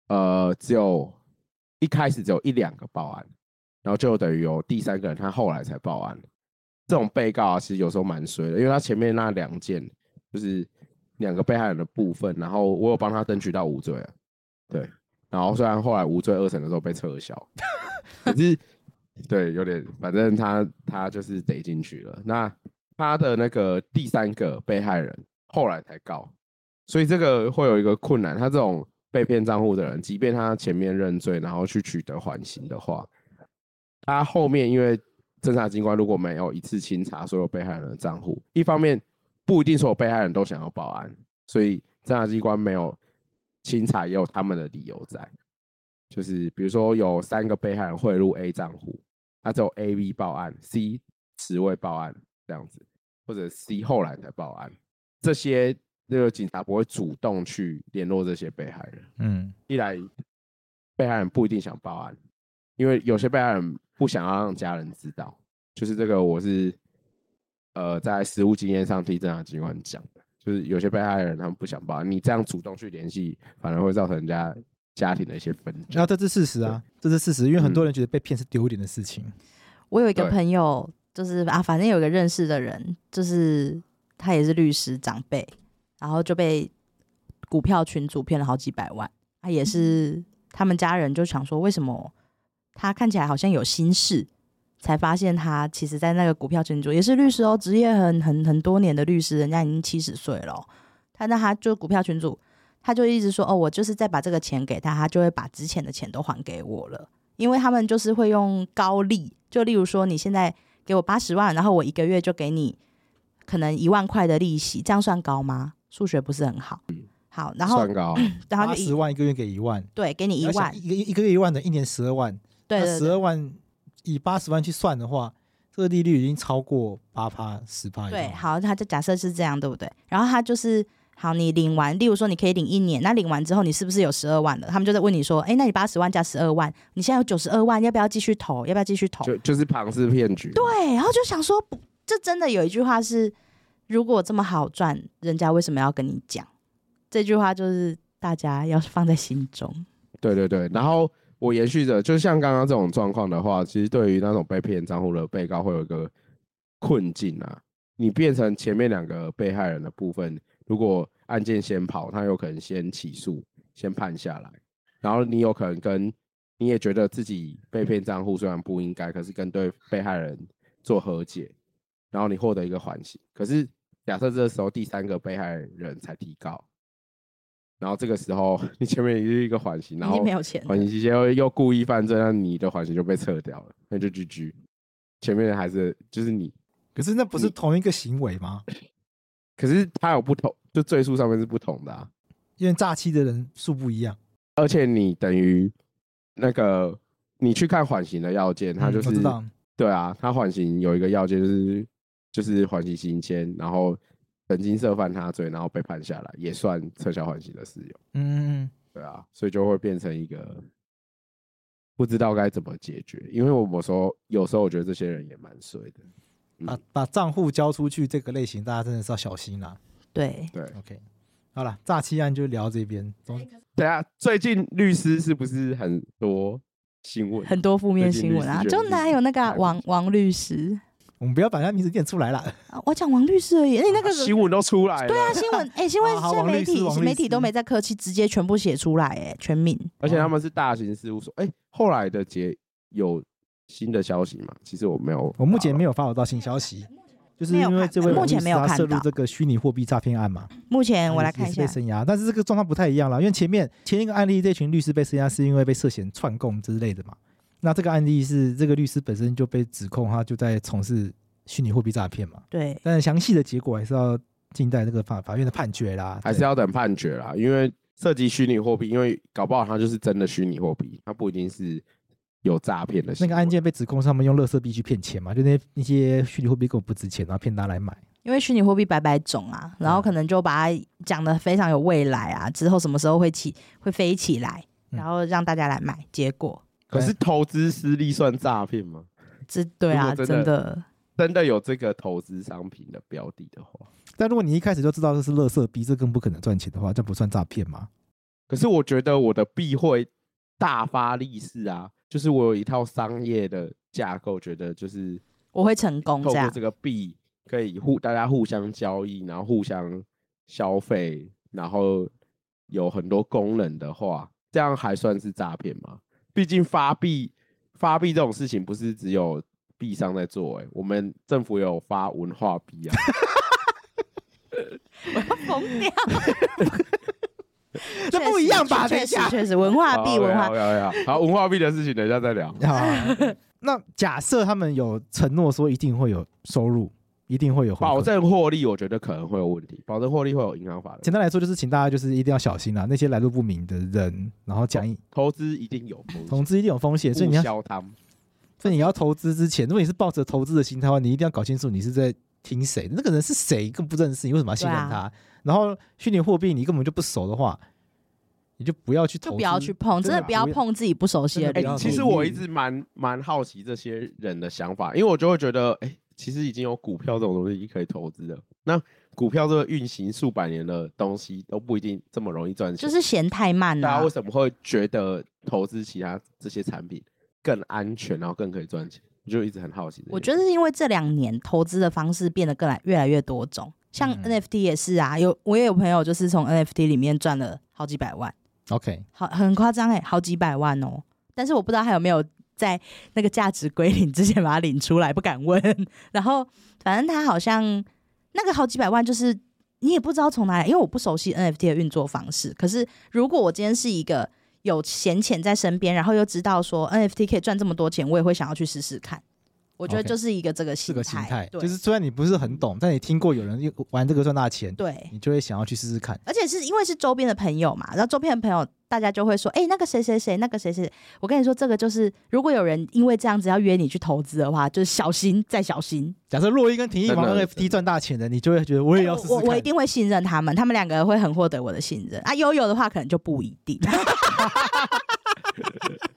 Speaker 2: 呃，只有一开始只有一两个报案，然后就等于有第三个人他后来才报案。这种被告啊，其实有时候蛮衰的，因为他前面那两件就是两个被害人的部分，然后我有帮他争取到无罪啊，对，然后虽然后来无罪二审的时候被撤销， [laughs] 可是对，有点，反正他他就是得进去了。那他的那个第三个被害人后来才告，所以这个会有一个困难。他这种被骗账户的人，即便他前面认罪，然后去取得缓刑的话，他后面因为侦查机关如果没有一次清查所有被害人的账户，一方面不一定所有被害人都想要报案，所以侦查机关没有清查也有他们的理由在。就是比如说有三个被害人汇入 A 账户，他只有 A、B 报案，C 迟未报案这样子，或者 C 后来才报案，这些那个警察不会主动去联络这些被害人。
Speaker 1: 嗯，
Speaker 2: 一来，被害人不一定想报案，因为有些被害人不想要让家人知道。就是这个，我是呃在实务经验上替侦查机关讲的，就是有些被害人他们不想报案，你这样主动去联系，反而会造成人家家庭的一些纷争。
Speaker 1: 然后这是事实啊，这是事实，因为很多人觉得被骗是丢脸的事
Speaker 3: 嗯
Speaker 1: 情。
Speaker 3: 我有一个
Speaker 2: 对
Speaker 3: 朋友，就是啊，反正有一个认识的人，就是他也是律师长辈，然后就被股票群主骗了好几百万。他啊
Speaker 1: 嗯
Speaker 3: 也是他们家人就想说，为什么他看起来好像有心事，才发现他其实在那个股票群主也是律师哦，职业很很很多年的律师，人家已经七十岁了哦、他那他就股票群主，他就一直说哦，我就是再把这个钱给他，他就会把之前的钱都还给我了。因为他们就是会用高利，就例如说你现在给我八十万，然后我一个月就给你可能一万块的利息，这样算高吗？数学不是很好。好，然后嗯
Speaker 2: 算高啊，
Speaker 3: 然后
Speaker 1: 嗯八
Speaker 3: 就
Speaker 1: 十
Speaker 3: 一
Speaker 1: 万一个月给一万，
Speaker 3: 对给你一
Speaker 1: 要想
Speaker 3: 万，
Speaker 1: 一个一个月一万的，一年十二万，
Speaker 3: 对对
Speaker 1: 十
Speaker 3: 对
Speaker 1: 二万以八十万去算的话，这个利率已经超过八趴、十趴以上
Speaker 3: 对，
Speaker 1: 了。
Speaker 3: 好，他就假设是这样，对不对？然后他就是好，你领完，例如说你可以领一年，那领完之后你是不是有十二万了？他们就在问你说，哎，那你八十万加十二万，你现在有九十二万，要不要继续投？要不要继续投？
Speaker 2: 就就是庞氏骗局。
Speaker 3: 对，然后就想说，不，这真的有一句话是，如果这么好赚，人家为什么要跟你讲？这句话就是大家要放在心中。
Speaker 2: 对对对，然后我延续着，就像刚刚这种状况的话，其实对于那种被骗账户的被告会有一个困境啊。你变成前面两个被害人的部分，如果案件先跑，他有可能先起诉，先判下来，然后你有可能跟你也觉得自己被骗账户虽然不应该，可是跟对被害人做和解，然后你获得一个缓刑。可是假设这时候第三个被害人才提告，然后这个时候 [laughs] 你前面已经是一个缓刑，然
Speaker 3: 已经
Speaker 2: 后
Speaker 3: 没有钱了
Speaker 2: 缓刑期间又又故意犯罪，那你的缓刑就被撤掉了，那就 GG。前面的还是就是你，
Speaker 1: 可是那不是同一个行为吗？
Speaker 3: 嗯
Speaker 2: 可是他有不同，就罪数上面是不同的啊。
Speaker 1: 因为诈欺的人数不一样。
Speaker 2: 而且你等于那个你去看缓刑的要件，它
Speaker 1: 嗯
Speaker 2: 就是、
Speaker 1: 我知道，
Speaker 2: 对啊，它缓刑有一个要件就是就是缓刑期间，然后曾经涉犯他罪，然后被判下来，也算撤销缓刑的事由。
Speaker 1: 嗯，嗯
Speaker 2: 对啊，所以就会变成一个不知道该怎么解决。因为我有时候有时候我觉得这些人也蛮衰的，
Speaker 1: 嗯把把账户交出去这个类型，大家真的是要小心啦。
Speaker 3: 对，
Speaker 2: 对。
Speaker 1: OK，好了，诈欺案就聊到这边。总
Speaker 2: 等一下，啊最近律师是不是很多新闻？
Speaker 3: 很多负面新闻啊，
Speaker 2: 最近
Speaker 3: 就
Speaker 2: 律师觉得
Speaker 3: 哪有那个啊
Speaker 2: 律师
Speaker 3: 王王律师
Speaker 1: 我们不要把他名字念出来啦。
Speaker 3: 啊？我讲王律师而已，你那个
Speaker 2: 新闻都出来了，
Speaker 3: 对啊，新
Speaker 1: [laughs]
Speaker 3: 闻哎，新闻
Speaker 1: 好好
Speaker 3: 现在
Speaker 1: 王律
Speaker 3: 媒
Speaker 1: 师
Speaker 3: 体
Speaker 1: 王律
Speaker 3: 媒体都
Speaker 1: 师
Speaker 3: 没在客气，直接全部写出来哎，全名
Speaker 2: 而且
Speaker 1: 哦
Speaker 2: 他们是大型事务所。哎、后来的结有新的消息吗？其实我没有，
Speaker 1: 我目前没
Speaker 2: 有。
Speaker 1: 有发我到新消息，就是
Speaker 3: 没有
Speaker 1: 因为
Speaker 3: 看
Speaker 1: 这位
Speaker 3: 目前
Speaker 1: 王律师
Speaker 3: 没有
Speaker 1: 他
Speaker 3: 看
Speaker 1: 涉入
Speaker 3: 到
Speaker 1: 这个虚拟货币诈骗案嘛，
Speaker 3: 目前我
Speaker 1: 也
Speaker 3: 来
Speaker 1: 啊是
Speaker 3: 看一下
Speaker 1: 被，声押，但是这个状况不太一样了，因为前面前一个案例，这群律师被声押是因为被涉嫌串供之类的嘛。那这个案例是这个律师本身就被指控，他就在从事虚拟货币诈骗嘛。
Speaker 3: 对，
Speaker 1: 但详细的结果还是要静待那个法法院的判决啦。
Speaker 2: 还是
Speaker 1: 对
Speaker 2: 要等判决啦，因为涉及虚拟货币，因为搞不好它就是真的虚拟货币，它不一定是有诈骗的行
Speaker 1: 那
Speaker 2: 为。
Speaker 1: 个案件被指控是他们用乐色币去骗钱嘛，就那那些虚拟货币根本不值钱，然后骗大家来买。
Speaker 3: 因为虚拟货币百百种啊，然后可能就把它讲的非常有未来啊，之后什么时候会起会飞起来，
Speaker 1: 嗯
Speaker 3: 然后让大家来买，结果
Speaker 2: 可是投资失利算诈骗吗？
Speaker 3: 这对啊，
Speaker 2: 如果
Speaker 3: 真
Speaker 2: 真的
Speaker 3: 的
Speaker 2: 真的有这个投资商品的标的的话，
Speaker 1: 但如果你一开始就知道这是乐色币，这更不可能赚钱的话，这不算诈骗吗？。
Speaker 2: 可是我觉得我的币会大发利市啊，就是我有一套商业的架构，觉得就是
Speaker 3: 我会成功
Speaker 2: 透
Speaker 3: 这
Speaker 2: 过
Speaker 3: 样
Speaker 2: 这，个币可以互大家互相交易，然后互相消费，然后有很多功能的话，这样还算是诈骗吗？毕竟发币发币这种事情不是只有币商在做、欸，我们政府有发文化币啊，
Speaker 3: 我要 [laughs] 疯掉
Speaker 1: [laughs] 那不一样吧
Speaker 3: 确实
Speaker 1: 等一下
Speaker 3: 确实确实文化
Speaker 2: 好
Speaker 3: 币文化
Speaker 2: 好好啊
Speaker 1: [laughs]
Speaker 2: 好好文化币的事情等一下再聊。
Speaker 1: 啊，
Speaker 3: [laughs]
Speaker 1: 那假设他们有承诺说一定会有收入，一定会有回
Speaker 2: 保
Speaker 1: 馈。
Speaker 2: 证获利，我觉得可能会有问题。保证获利会有银行法的
Speaker 1: 简单来说，就是请大家就是一定要小心啊啦、那些来路不明的人，然后讲义
Speaker 2: 投资，一定有风
Speaker 1: 投
Speaker 2: 险，
Speaker 1: 资一定有风险，所以你要，
Speaker 2: 消他们。
Speaker 1: 所以你要投资之前，如果你是抱着投资的心态的话，你一定要搞清楚你是在听谁，那个人是谁，更不认识，你为什么要信任
Speaker 3: 对啊
Speaker 1: 他？然后虚拟货币你根本就不熟的话，你就不要去投资，
Speaker 3: 就不要去碰，真
Speaker 1: 对
Speaker 3: 的
Speaker 1: 啊
Speaker 3: 不要
Speaker 1: 不要
Speaker 3: 碰自己不熟悉
Speaker 1: 真
Speaker 3: 的
Speaker 1: 的
Speaker 3: 领
Speaker 1: 不要
Speaker 3: 域。
Speaker 2: 其实我一直蛮蛮好奇这些人的想法，因为我就会觉得，哎、其实已经有股票这种东西可以投资了。那股票这个运行数百年的东西都不一定这么容易赚钱，
Speaker 3: 就是嫌太慢啊了、
Speaker 1: 啊
Speaker 2: 大家为什么会觉得投资其他这些产品更安全，然后更可以赚钱？我就一直很好奇这件事。
Speaker 3: 我觉得是因为这两年投资的方式变得更来越来越多种，像
Speaker 1: 嗯
Speaker 3: NFT 也是啊，有我也有朋友就是从 NFT 里面赚了好几百万，
Speaker 1: OK，
Speaker 3: 好很夸张哎，好几百万哦。但是我不知道他有没有在那个价值归零之前把它领出来，不敢问。 [laughs] 然后反正他好像那个好几百万就是。你也不知道从哪里，因为我不熟悉 NFT 的运作方式。可是，如果我今天是一个有闲钱在身边，然后又知道说 NFT 可以赚这么多钱，我也会想要去试试看。我觉得
Speaker 1: OK
Speaker 3: 就是一个这个
Speaker 1: 是
Speaker 3: 心
Speaker 1: 个
Speaker 3: 态，
Speaker 1: 心态，
Speaker 3: 对
Speaker 1: 就是虽然你不是很懂，但你听过有人玩这个赚大钱，
Speaker 3: 对。
Speaker 1: 你就会想要去试试看。
Speaker 3: 而且是因为是周边的朋友嘛，然后周边的朋友大家就会说，哎、那个谁谁谁，那个谁谁，我跟你说，这个就是如果有人因为这样子要约你去投资的话，就是小心再小心。
Speaker 1: 假设洛伊跟廷义
Speaker 2: 真的
Speaker 1: 玩
Speaker 2: 真
Speaker 1: NFT
Speaker 2: 的
Speaker 1: 赚大钱的，你就会觉得我也要试试
Speaker 3: 我我一
Speaker 1: 看。
Speaker 3: 定会信任他们，他们两个会很获得我的信任啊。悠悠的话可能就不一
Speaker 1: [laughs]
Speaker 3: 定。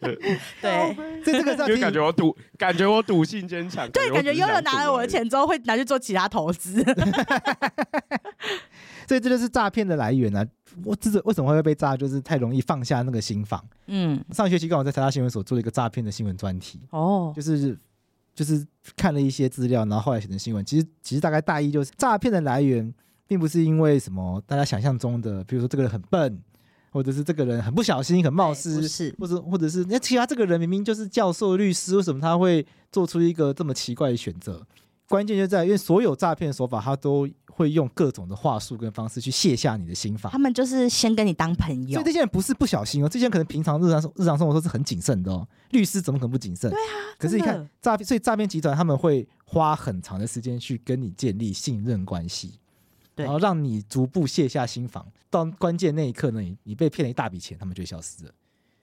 Speaker 3: 对
Speaker 1: 这这个是要提
Speaker 2: 因为感
Speaker 1: 醒
Speaker 2: 觉我赌，感觉我赌性坚强。
Speaker 3: 对，感觉
Speaker 2: 只
Speaker 3: 悠悠
Speaker 2: 想
Speaker 3: 拿
Speaker 2: 赌
Speaker 3: 了我的
Speaker 2: 而已，
Speaker 3: 钱之后会拿去做其他
Speaker 1: [laughs]
Speaker 3: 投资。
Speaker 1: 所以这就是诈骗的来源啊！我这为什么会被诈，就是太容易放下那个心防。
Speaker 3: 嗯，
Speaker 1: 上学期刚好在台大新闻所做了一个诈骗的新闻专题，
Speaker 3: 哦，
Speaker 1: 就是就是看了一些资料，然后后来写成新闻。其实其实大概大意就是诈骗的来源并不是因为什么大家想象中的，比如说这个人很笨，或者是这个人很不小心、很冒
Speaker 3: 不
Speaker 1: 失，
Speaker 3: 是
Speaker 1: 或者或者是那其他这个人明明就是教授、律师，为什么他会做出一个这么奇怪的选择？关键就在于因为所有诈骗手法，他都会用各种的话术跟方式去卸下你的心法
Speaker 3: 他。们就是先跟你当朋
Speaker 1: 所
Speaker 3: 友
Speaker 1: 以这，些人不是不小心哦，这些人可能平常日常生日常生活中是很谨慎的哦。律师怎么可能不谨慎？对啊。可是你
Speaker 3: 真
Speaker 1: 看
Speaker 3: 的
Speaker 1: 诈骗，所以诈骗集团他们会花很长的时间去跟你建立信任关系，
Speaker 3: 对
Speaker 1: 然后让你逐步卸下心防。到关键那一刻呢，你你被骗了一大笔钱，他们就会消失了。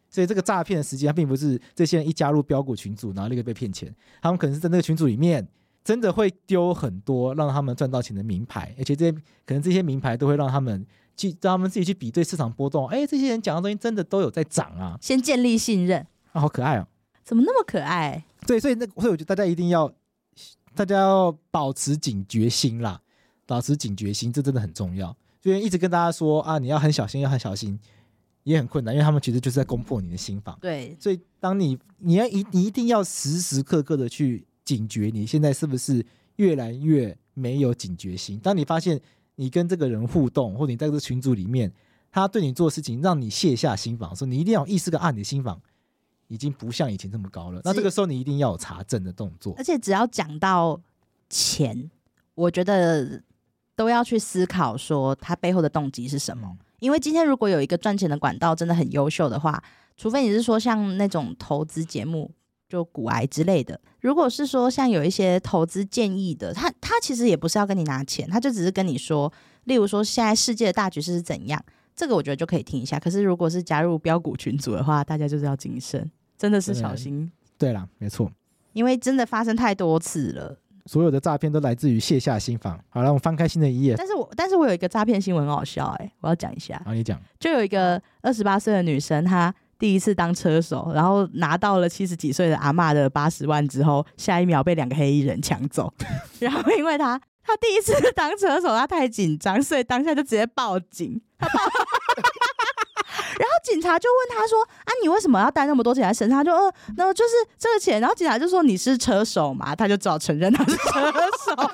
Speaker 1: 所以这个诈骗的时间，它并不是这些人一加入标股群组，然后立刻被骗钱，他们可能是在那个群组里面真的会丢很多让他们赚到钱的名牌，而且这些可能这些名牌都会让他们去让他们自己去比对市场波动，哎，这些人讲的东西真的都有在涨啊，
Speaker 3: 先建立信任，
Speaker 1: 啊，好可爱哦。
Speaker 3: 怎么那么可爱？
Speaker 1: 对，所以那所以我觉得大家一定要，大家要保持警觉心啦，保持警觉心，这真的很重要。所以一直跟大家说啊，你要很小心，要很小心，也很困难，因为他们其实就是在攻破你的心房。
Speaker 3: 对，
Speaker 1: 所以当你你要一你一定要时时刻刻的去警觉，你现在是不是越来越没有警觉心？当你发现你跟这个人互动，或者你在这个群组里面，他对你做事情让你卸下心防，说你一定要有意识的啊，你的心防已经不像以前这么高了。那这个时候你一定要有查证的动作
Speaker 3: 而。且只要讲到钱，我觉得都要去思考说他背后的动机是什么。
Speaker 1: 嗯
Speaker 3: 因为今天如果有一个赚钱的管道真的很优秀的话，除非你是说像那种投资节目，就股癌之类的。如果是说像有一些投资建议的，他他其实也不是要跟你拿钱，他就只是跟你说，例如说现在世界的大局势是怎样，这个我觉得就可以听一下。可是如果是加入标股群组的话，大家就是要谨慎，真的是
Speaker 1: 对
Speaker 3: 小心，
Speaker 1: 对啦，没错，
Speaker 3: 因为真的发生太多次了。
Speaker 1: 所有的诈骗都来自于卸下心防。好了，我们翻开新的一页，
Speaker 3: 但是我但是我有一个诈骗新闻很好笑哎、我要讲一下，
Speaker 1: 然后你讲，
Speaker 3: 就有一个二十八岁的女生，她第一次当车手，然后拿到了七十几岁的阿嬷的八十万之后，下一秒被两个黑衣人抢走，然后因为她她第一次当车手，她太紧张，所以当下就直接报警， [laughs] 她报。然后警察就问她说：“啊，你为什么要带那么多钱在身上？”她就呃，那就是这个钱。然后警察就说：“你是车手嘛？”她就只好承认她是车手，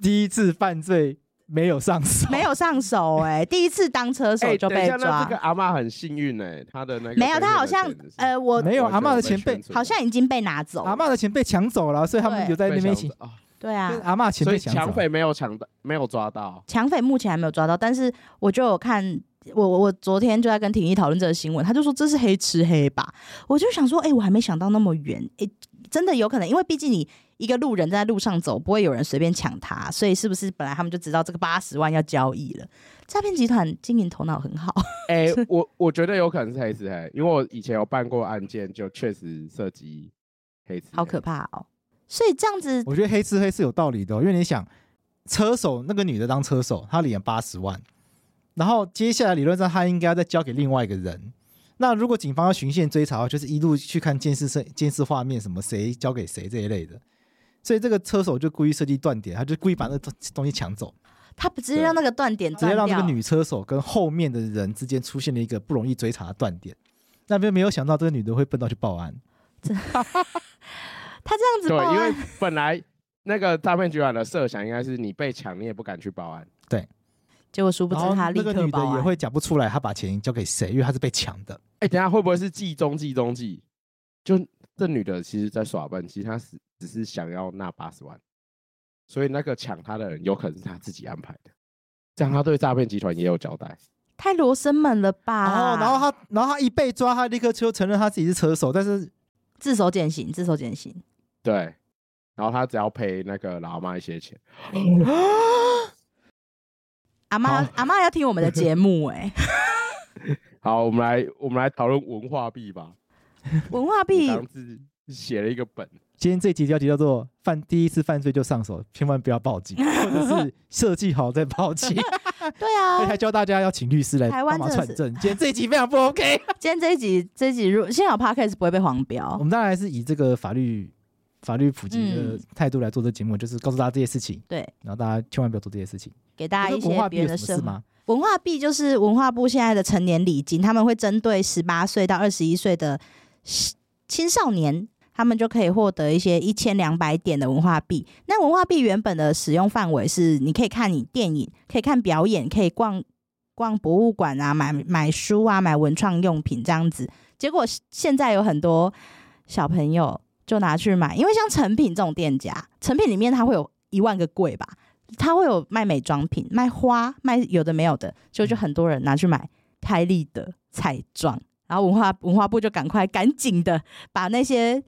Speaker 1: 第一次犯罪没有上手，
Speaker 3: [laughs] 没有上手哎、第一次当车手
Speaker 2: 哎
Speaker 3: 就
Speaker 2: 等一
Speaker 3: 被
Speaker 2: 下那
Speaker 3: 抓。
Speaker 2: 这个阿嬷很幸运哎，她的那个
Speaker 3: 没有，
Speaker 2: 被
Speaker 3: 他
Speaker 2: 骗
Speaker 3: 好
Speaker 2: 的
Speaker 3: 像
Speaker 2: 钱是
Speaker 3: 呃，我
Speaker 1: 没有啊阿嬷的钱被
Speaker 2: 被
Speaker 3: 好像已经被拿走了。
Speaker 1: 阿嬷的钱被抢走了，所以他们
Speaker 3: 对
Speaker 1: 留在那边
Speaker 2: 抢
Speaker 1: 行
Speaker 2: 走。啊，
Speaker 3: 对啊
Speaker 1: 跟，阿嬷钱
Speaker 2: 所
Speaker 1: 被
Speaker 2: 以
Speaker 1: 抢走
Speaker 2: 抢匪没有抢到，没有抓到。
Speaker 3: 抢匪目前还没有抓到，但是我就有看。我我我昨天就在跟婷宜讨论这个新闻，他就说这是黑吃黑吧，我就想说，哎、我还没想到那么远，哎、真的有可能，因为毕竟你一个路人在路上走，不会有人随便抢他，所以是不是本来他们就知道这个八十万要交易了？诈骗集团经营头脑很好，
Speaker 2: 哎、我我觉得有可能是黑吃黑，因为我以前有办过案件，就确实涉及黑吃黑。
Speaker 3: 好可怕哦！所以这样子
Speaker 1: 我觉得黑吃黑是有道理的哦、因为你想，车手那个女的当车手，她领了八十万，然后接下来理论上她应该要再交给另外一个人。那如果警方要循线追查的话，就是一路去看监视摄监视画面，什么谁交给谁这一类的。所以这个车手就故意设计断点，他就故意把那东东西抢走，
Speaker 3: 他不直接让那个断点
Speaker 1: 直
Speaker 3: 断
Speaker 1: 接
Speaker 3: 掉，
Speaker 1: 让这个女车手跟后面的人之间出现了一个不容易追查的断点。那边没有想到这个女的会笨到去报案，
Speaker 3: 他这样子
Speaker 2: 对，
Speaker 3: 报
Speaker 2: 因为
Speaker 3: 案
Speaker 2: 本来那个诈骗集团的设想应该是你被抢，你也不敢去报案。
Speaker 3: 结果殊不
Speaker 1: 然
Speaker 3: 知
Speaker 1: 后
Speaker 3: 他立啊
Speaker 1: 那个
Speaker 3: 刻
Speaker 1: 女的
Speaker 3: 报案
Speaker 1: 也会讲不出来她把钱交给谁，
Speaker 3: 啊
Speaker 1: 因为她是被抢的。
Speaker 2: 哎、等一下会不会是计中计中计？就这女的其实在耍笨，其实她只只是想要那八十万，所以那个抢她的人有可能是她自己安排的，这样她对诈骗集团也有交代。
Speaker 3: 太罗生门了吧？
Speaker 1: 哦，然后他，然后他一被抓，他立刻就承认他自己是车手，但是
Speaker 3: 自首减刑，自首减刑，
Speaker 2: 对，然后她只要赔那个老妈一些钱。
Speaker 3: 阿妈
Speaker 1: 好
Speaker 3: 阿妈要听我们的节目
Speaker 1: [laughs]
Speaker 3: 哎、
Speaker 2: 好，我们来我们来讨论文化币吧。
Speaker 3: 文化
Speaker 2: 我
Speaker 3: 币
Speaker 2: 刚自写了一个本，
Speaker 1: 今天这集标题叫做“犯第一次犯罪就上手，千万不要
Speaker 3: [laughs]
Speaker 1: 报警，或者是设计好再报警
Speaker 3: 对”，
Speaker 1: 还
Speaker 3: 啊，
Speaker 1: 教大家要请律师来
Speaker 3: 台湾
Speaker 1: 帮忙
Speaker 3: 真的
Speaker 1: 串
Speaker 3: 是
Speaker 1: 证。今天这一集非常不
Speaker 3: [laughs]
Speaker 1: OK，
Speaker 3: 今天这一集这一集如幸好 podcast 不会被黄标
Speaker 1: 我，们当然还是以这个法律法律普及的
Speaker 3: 嗯
Speaker 1: 态度来做这节目，就是告诉大家这些事情，
Speaker 3: 对，
Speaker 1: 然后大家千万不要做这些事情。
Speaker 3: 给大家一
Speaker 1: 跟文化
Speaker 3: 些
Speaker 1: 币
Speaker 3: 别
Speaker 1: 有
Speaker 3: 人的
Speaker 1: 什么
Speaker 3: 社
Speaker 1: 事
Speaker 3: 会
Speaker 1: 吗？
Speaker 3: 文化币就是文化部现在的成年礼金，他们会针对十八岁到二十一岁的青少年，他们就可以获得一些一千两百点的文化币。那文化币原本的使用范围是，你可以看你电影，可以看表演，可以逛逛博物馆啊，买买书啊，买文创用品这样子。结果现在有很多小朋友就拿去买，因为像成品这种店家，成品里面它会有一万个柜吧，它会有卖美妆品、卖花、卖有的没有的，就就很多人拿去买开立的彩妆，然后文化文化部就赶快赶紧的把那些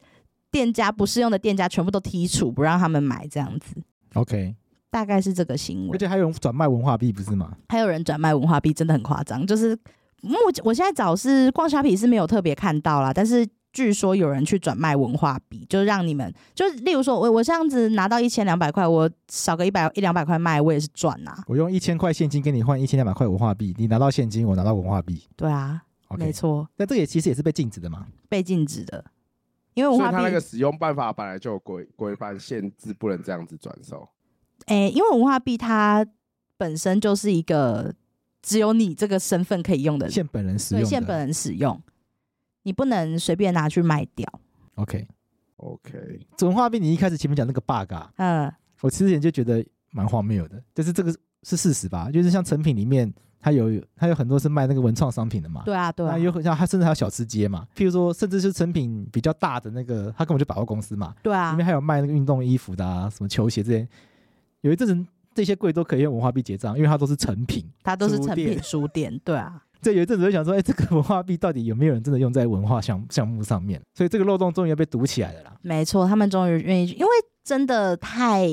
Speaker 3: 店家不适用的店家全部都剔除，不让他们买这样子，
Speaker 1: OK，
Speaker 3: 大概是这个新
Speaker 1: 而
Speaker 3: 闻。
Speaker 1: 且还有人转卖文化币，不是吗？
Speaker 3: 还有人转卖文化币，真的很夸张。就是目我现在找是逛虾皮是没有特别看到啦，但是据说有人去转卖文化币，就让你们就例如说我我这样子拿到一千两百块，我少个一百一两百块卖，我也是赚啊呐、
Speaker 1: 我用一千块现金跟你换一千两百块文化币，你拿到现金，我拿到文化币。
Speaker 3: 对啊
Speaker 1: OK，
Speaker 3: 没错，
Speaker 1: 但这也其实也是被禁止的嘛。
Speaker 3: 被禁止的，因为文
Speaker 2: 所以
Speaker 3: 化
Speaker 2: 它
Speaker 3: 币
Speaker 2: 那个使用办法本来就有规规范限制，不能这样子转售。
Speaker 3: 诶、因为文化币它本身就是一个只有你这个身份可以用的，
Speaker 1: 现本人使用
Speaker 3: 对
Speaker 1: 的。
Speaker 3: 现本人使用，你不能随便拿去卖掉。
Speaker 1: OK，
Speaker 2: OK，
Speaker 1: 这文化币你一开始前面讲那个 bug 啊，
Speaker 3: 嗯，
Speaker 1: 我之前就觉得蛮荒谬的，但是这个是事实吧？就是像成品里面，它有它有很多是卖那个文创商品的嘛。
Speaker 3: 对啊，对啊
Speaker 1: 那，有很像，它甚至还有小吃街嘛，譬如说，甚至是成品比较大的那个，它根本就百货公司嘛，
Speaker 3: 对啊
Speaker 1: 里面，还有卖那个运动衣服的啊，什么球鞋这些，有一阵子这些柜都可以用文化币结账，因为它都是成品。
Speaker 3: 它都是
Speaker 1: 书
Speaker 3: 成
Speaker 1: 店
Speaker 3: 品书店，对啊，
Speaker 1: 这有一阵子就想说，哎，这个文化币到底有没有人真的用在文化项项目上面？所以这个漏洞终于要被堵起来了啦。
Speaker 3: 没错，他们终于愿意去，因为真的太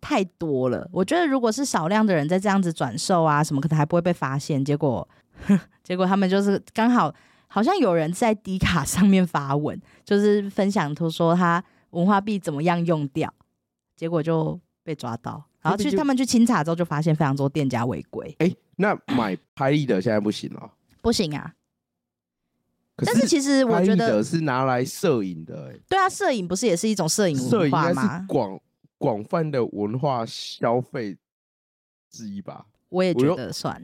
Speaker 3: 太多了。我觉得如果是少量的人在这样子转售啊，什么可能还不会被发现，结果 [laughs] 结果他们就是刚好好像有人在低卡上面发文，就是分享图说他文化币怎么样用掉，结果就被抓到。然后
Speaker 1: 那
Speaker 3: 去
Speaker 1: 就
Speaker 3: 他们去清查之后，就发现非常多店家违规，
Speaker 2: 哎、那买拍立得现在不行哦。
Speaker 3: 不行啊。
Speaker 2: 可
Speaker 3: 但是其实我
Speaker 2: 拍
Speaker 3: 觉
Speaker 2: 立
Speaker 3: 得，
Speaker 2: 得是拿来摄影的、欸，
Speaker 3: 对啊，摄影不是也是一种摄影
Speaker 2: 摄
Speaker 3: 文
Speaker 2: 影应
Speaker 3: 化
Speaker 2: 该
Speaker 3: 吗
Speaker 2: 是？广广泛的文化消费之一吧。
Speaker 3: 我也
Speaker 2: 我
Speaker 3: 觉
Speaker 2: 又
Speaker 3: 得算。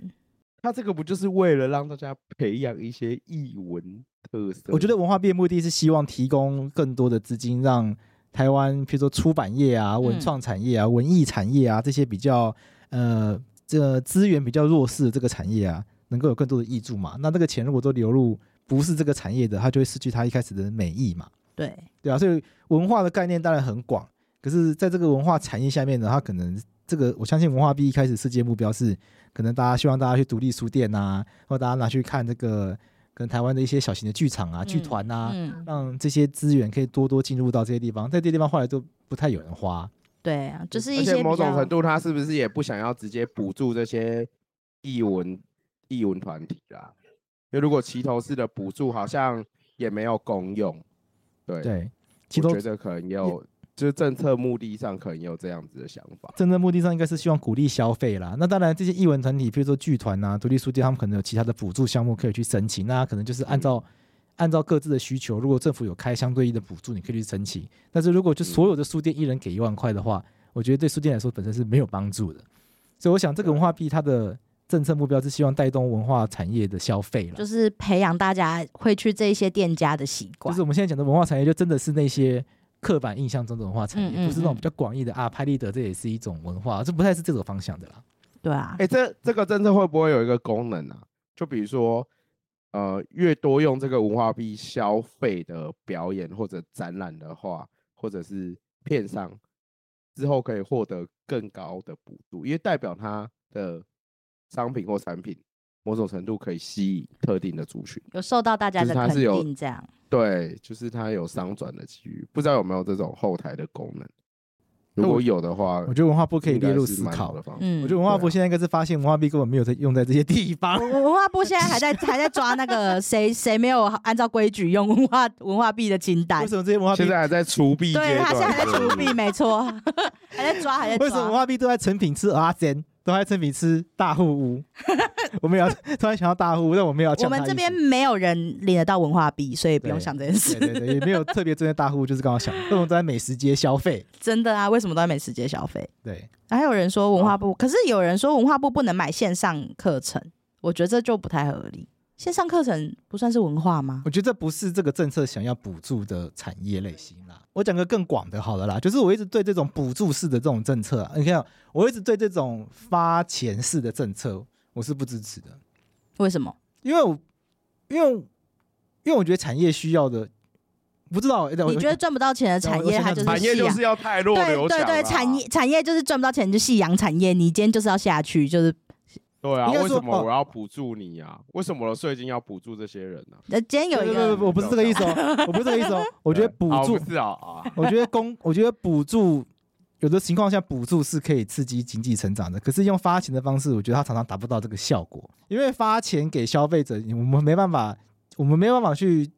Speaker 2: 它这个不就是为了让大家培养一些艺文特色？
Speaker 1: 我觉得文化币的目的是希望提供更多的资金，让台湾譬如说出版业啊、文创产业啊、文艺产业啊这些比较呃这资源比较弱势的这个产业啊，能够有更多的益助嘛。那这个钱如果都流入不是这个产业的，它就会失去它一开始的美意嘛，
Speaker 3: 对，
Speaker 1: 对啊。所以文化的概念当然很广，可是在这个文化产业下面呢，它可能。这个我相信文化币一开始世界目标是，可能大家希望大家去独立书店啊，或大家拿去看这个可能台湾的一些小型的剧场啊、剧
Speaker 3: 嗯
Speaker 1: 团啊，
Speaker 3: 嗯，
Speaker 1: 让这些资源可以多多进入到这些地方，在这些地方后来都不太有人花。
Speaker 3: 对啊，就是
Speaker 2: 嗯
Speaker 3: 一
Speaker 2: 而
Speaker 3: 些
Speaker 2: 且
Speaker 3: 比
Speaker 2: 某种
Speaker 3: 较
Speaker 2: 程度，它是不是也不想要直接补助这些艺文艺文团体啦？因为如果齐头式的补助好像也没有公用，对，
Speaker 1: 对，其
Speaker 2: 我
Speaker 1: 中
Speaker 2: 觉得可能也有，就是政策目的上可能也有这样子的想法。
Speaker 1: 真正目的上应该是希望鼓励消费啦。那当然，这些艺文团体，比如说剧团啊、独立书店，他们可能有其他的补助项目可以去申请。那可能就是按照、
Speaker 3: 嗯
Speaker 1: 按照各自的需求，如果政府有开相对应的补助，你可以去申请。但是如果就所有的书店一人给一万块的话，我觉得对书店来说本身是没有帮助的。所以我想，这个文化币它的政策目标是希望带动文化产业的消费啦。
Speaker 3: 就是培养大家会去这些店家的习
Speaker 1: 就
Speaker 3: 惯
Speaker 1: 是。我们现在讲的文化产业，就真的是那些刻板印象中的文化产业，
Speaker 3: 嗯嗯
Speaker 1: 不是那种
Speaker 3: 嗯
Speaker 1: 比较广义的啊，拍立得这也是一种文化，这不太是这种方向的啦。
Speaker 3: 对啊，
Speaker 2: 哎、这这个政策会不会有一个功能啊？就比如说，呃，越多用这个文化币消费的表演或者展览的话，或者是片商，之后可以获得更高的补助，因为代表它的商品或产品某种程度可以吸引特定的族群。
Speaker 3: 有受到大家
Speaker 2: 就是
Speaker 3: 的
Speaker 2: 它
Speaker 3: 肯
Speaker 2: 是有
Speaker 3: 定，这样
Speaker 2: 对，就是它有商转的机遇，不知道有没有这种后台的功能？
Speaker 1: 那
Speaker 2: 如
Speaker 1: 我
Speaker 2: 果有的话，
Speaker 1: 我觉得文化部可以
Speaker 2: 呃应该
Speaker 1: 列入
Speaker 2: 是
Speaker 1: 思
Speaker 2: 蛮好
Speaker 1: 考
Speaker 2: 的。方
Speaker 1: 我
Speaker 3: 嗯
Speaker 1: 觉得文化部
Speaker 2: 对啊
Speaker 1: 现在应该是发现文化币根本没有在用在这些地
Speaker 3: [laughs]
Speaker 1: 方。
Speaker 3: 文文化部现在还在还在抓
Speaker 2: [laughs]
Speaker 3: 那个谁谁没有按照规矩用文化文化币的清单
Speaker 1: 为，什么这些文化币
Speaker 2: 现？在还在除弊阶段，嗯
Speaker 3: 对他现在还在
Speaker 2: 是不
Speaker 3: 出
Speaker 2: 是
Speaker 3: 币，没错，还在抓，还在
Speaker 1: 为什么文
Speaker 3: 抓。
Speaker 1: 化币都在成品吃阿珍，都在成品吃大户
Speaker 3: [laughs]
Speaker 1: 屋？我们也要突然想到大户屋，但我们也要
Speaker 3: 我
Speaker 1: 呛他
Speaker 3: 们这
Speaker 1: 一
Speaker 3: 边
Speaker 1: 句
Speaker 3: 没有人领得到文化币，所以不用
Speaker 1: 对
Speaker 3: 想这件事。
Speaker 1: 对对对，也没有特别针对大户屋，就是刚好
Speaker 3: [laughs]
Speaker 1: 想，为什么都在美食街消费？
Speaker 3: 真的啊，为什么都在美食街消费？
Speaker 1: 对，
Speaker 3: 还有人说文化部，可是有人说文化部不能买线上课程，我觉得这就不太合理。线上课程不算是文化吗？
Speaker 1: 我觉得这不是这个政策想要补助的产业类型啦。我讲个更广的好了啦，就是我一直对这种补助式的这种政策啊，你看，我一直对这种发钱式的政策，我是不支持的，
Speaker 3: 为什么？
Speaker 1: 因为我，因为，因为我觉得产业需要的，不知道欸
Speaker 3: 你觉得？赚不到钱的产业，它就是
Speaker 2: 产业
Speaker 3: 夕
Speaker 2: 就
Speaker 3: 阳
Speaker 2: 是要太弱
Speaker 3: 对
Speaker 2: 流强啊
Speaker 3: 对
Speaker 2: 啦，
Speaker 3: 对，产业产业就是赚不到钱，你就夕阳产业，你今天就是要下去，就是
Speaker 2: 对啊，
Speaker 1: 应该
Speaker 2: 为
Speaker 1: 说
Speaker 2: 什么
Speaker 1: 哦
Speaker 2: 我要补助你啊？为什么我的税金要补助这些人啊呢、
Speaker 3: 呃，今天有
Speaker 1: 有
Speaker 3: 一
Speaker 1: 一
Speaker 3: 个
Speaker 1: 个，我不是这个意思哦，我不是这个意思
Speaker 3: [laughs]
Speaker 1: 哦，我觉得补
Speaker 2: 啊
Speaker 1: 助 [laughs]
Speaker 2: 不，是啊啊，
Speaker 1: 我觉得公，我觉得补助有的情况下补助是可以刺激经济成长的，可是用发钱的方式，我觉得它常常达不到这个效果，因为发钱给消费者，我们没办法，我们没办法去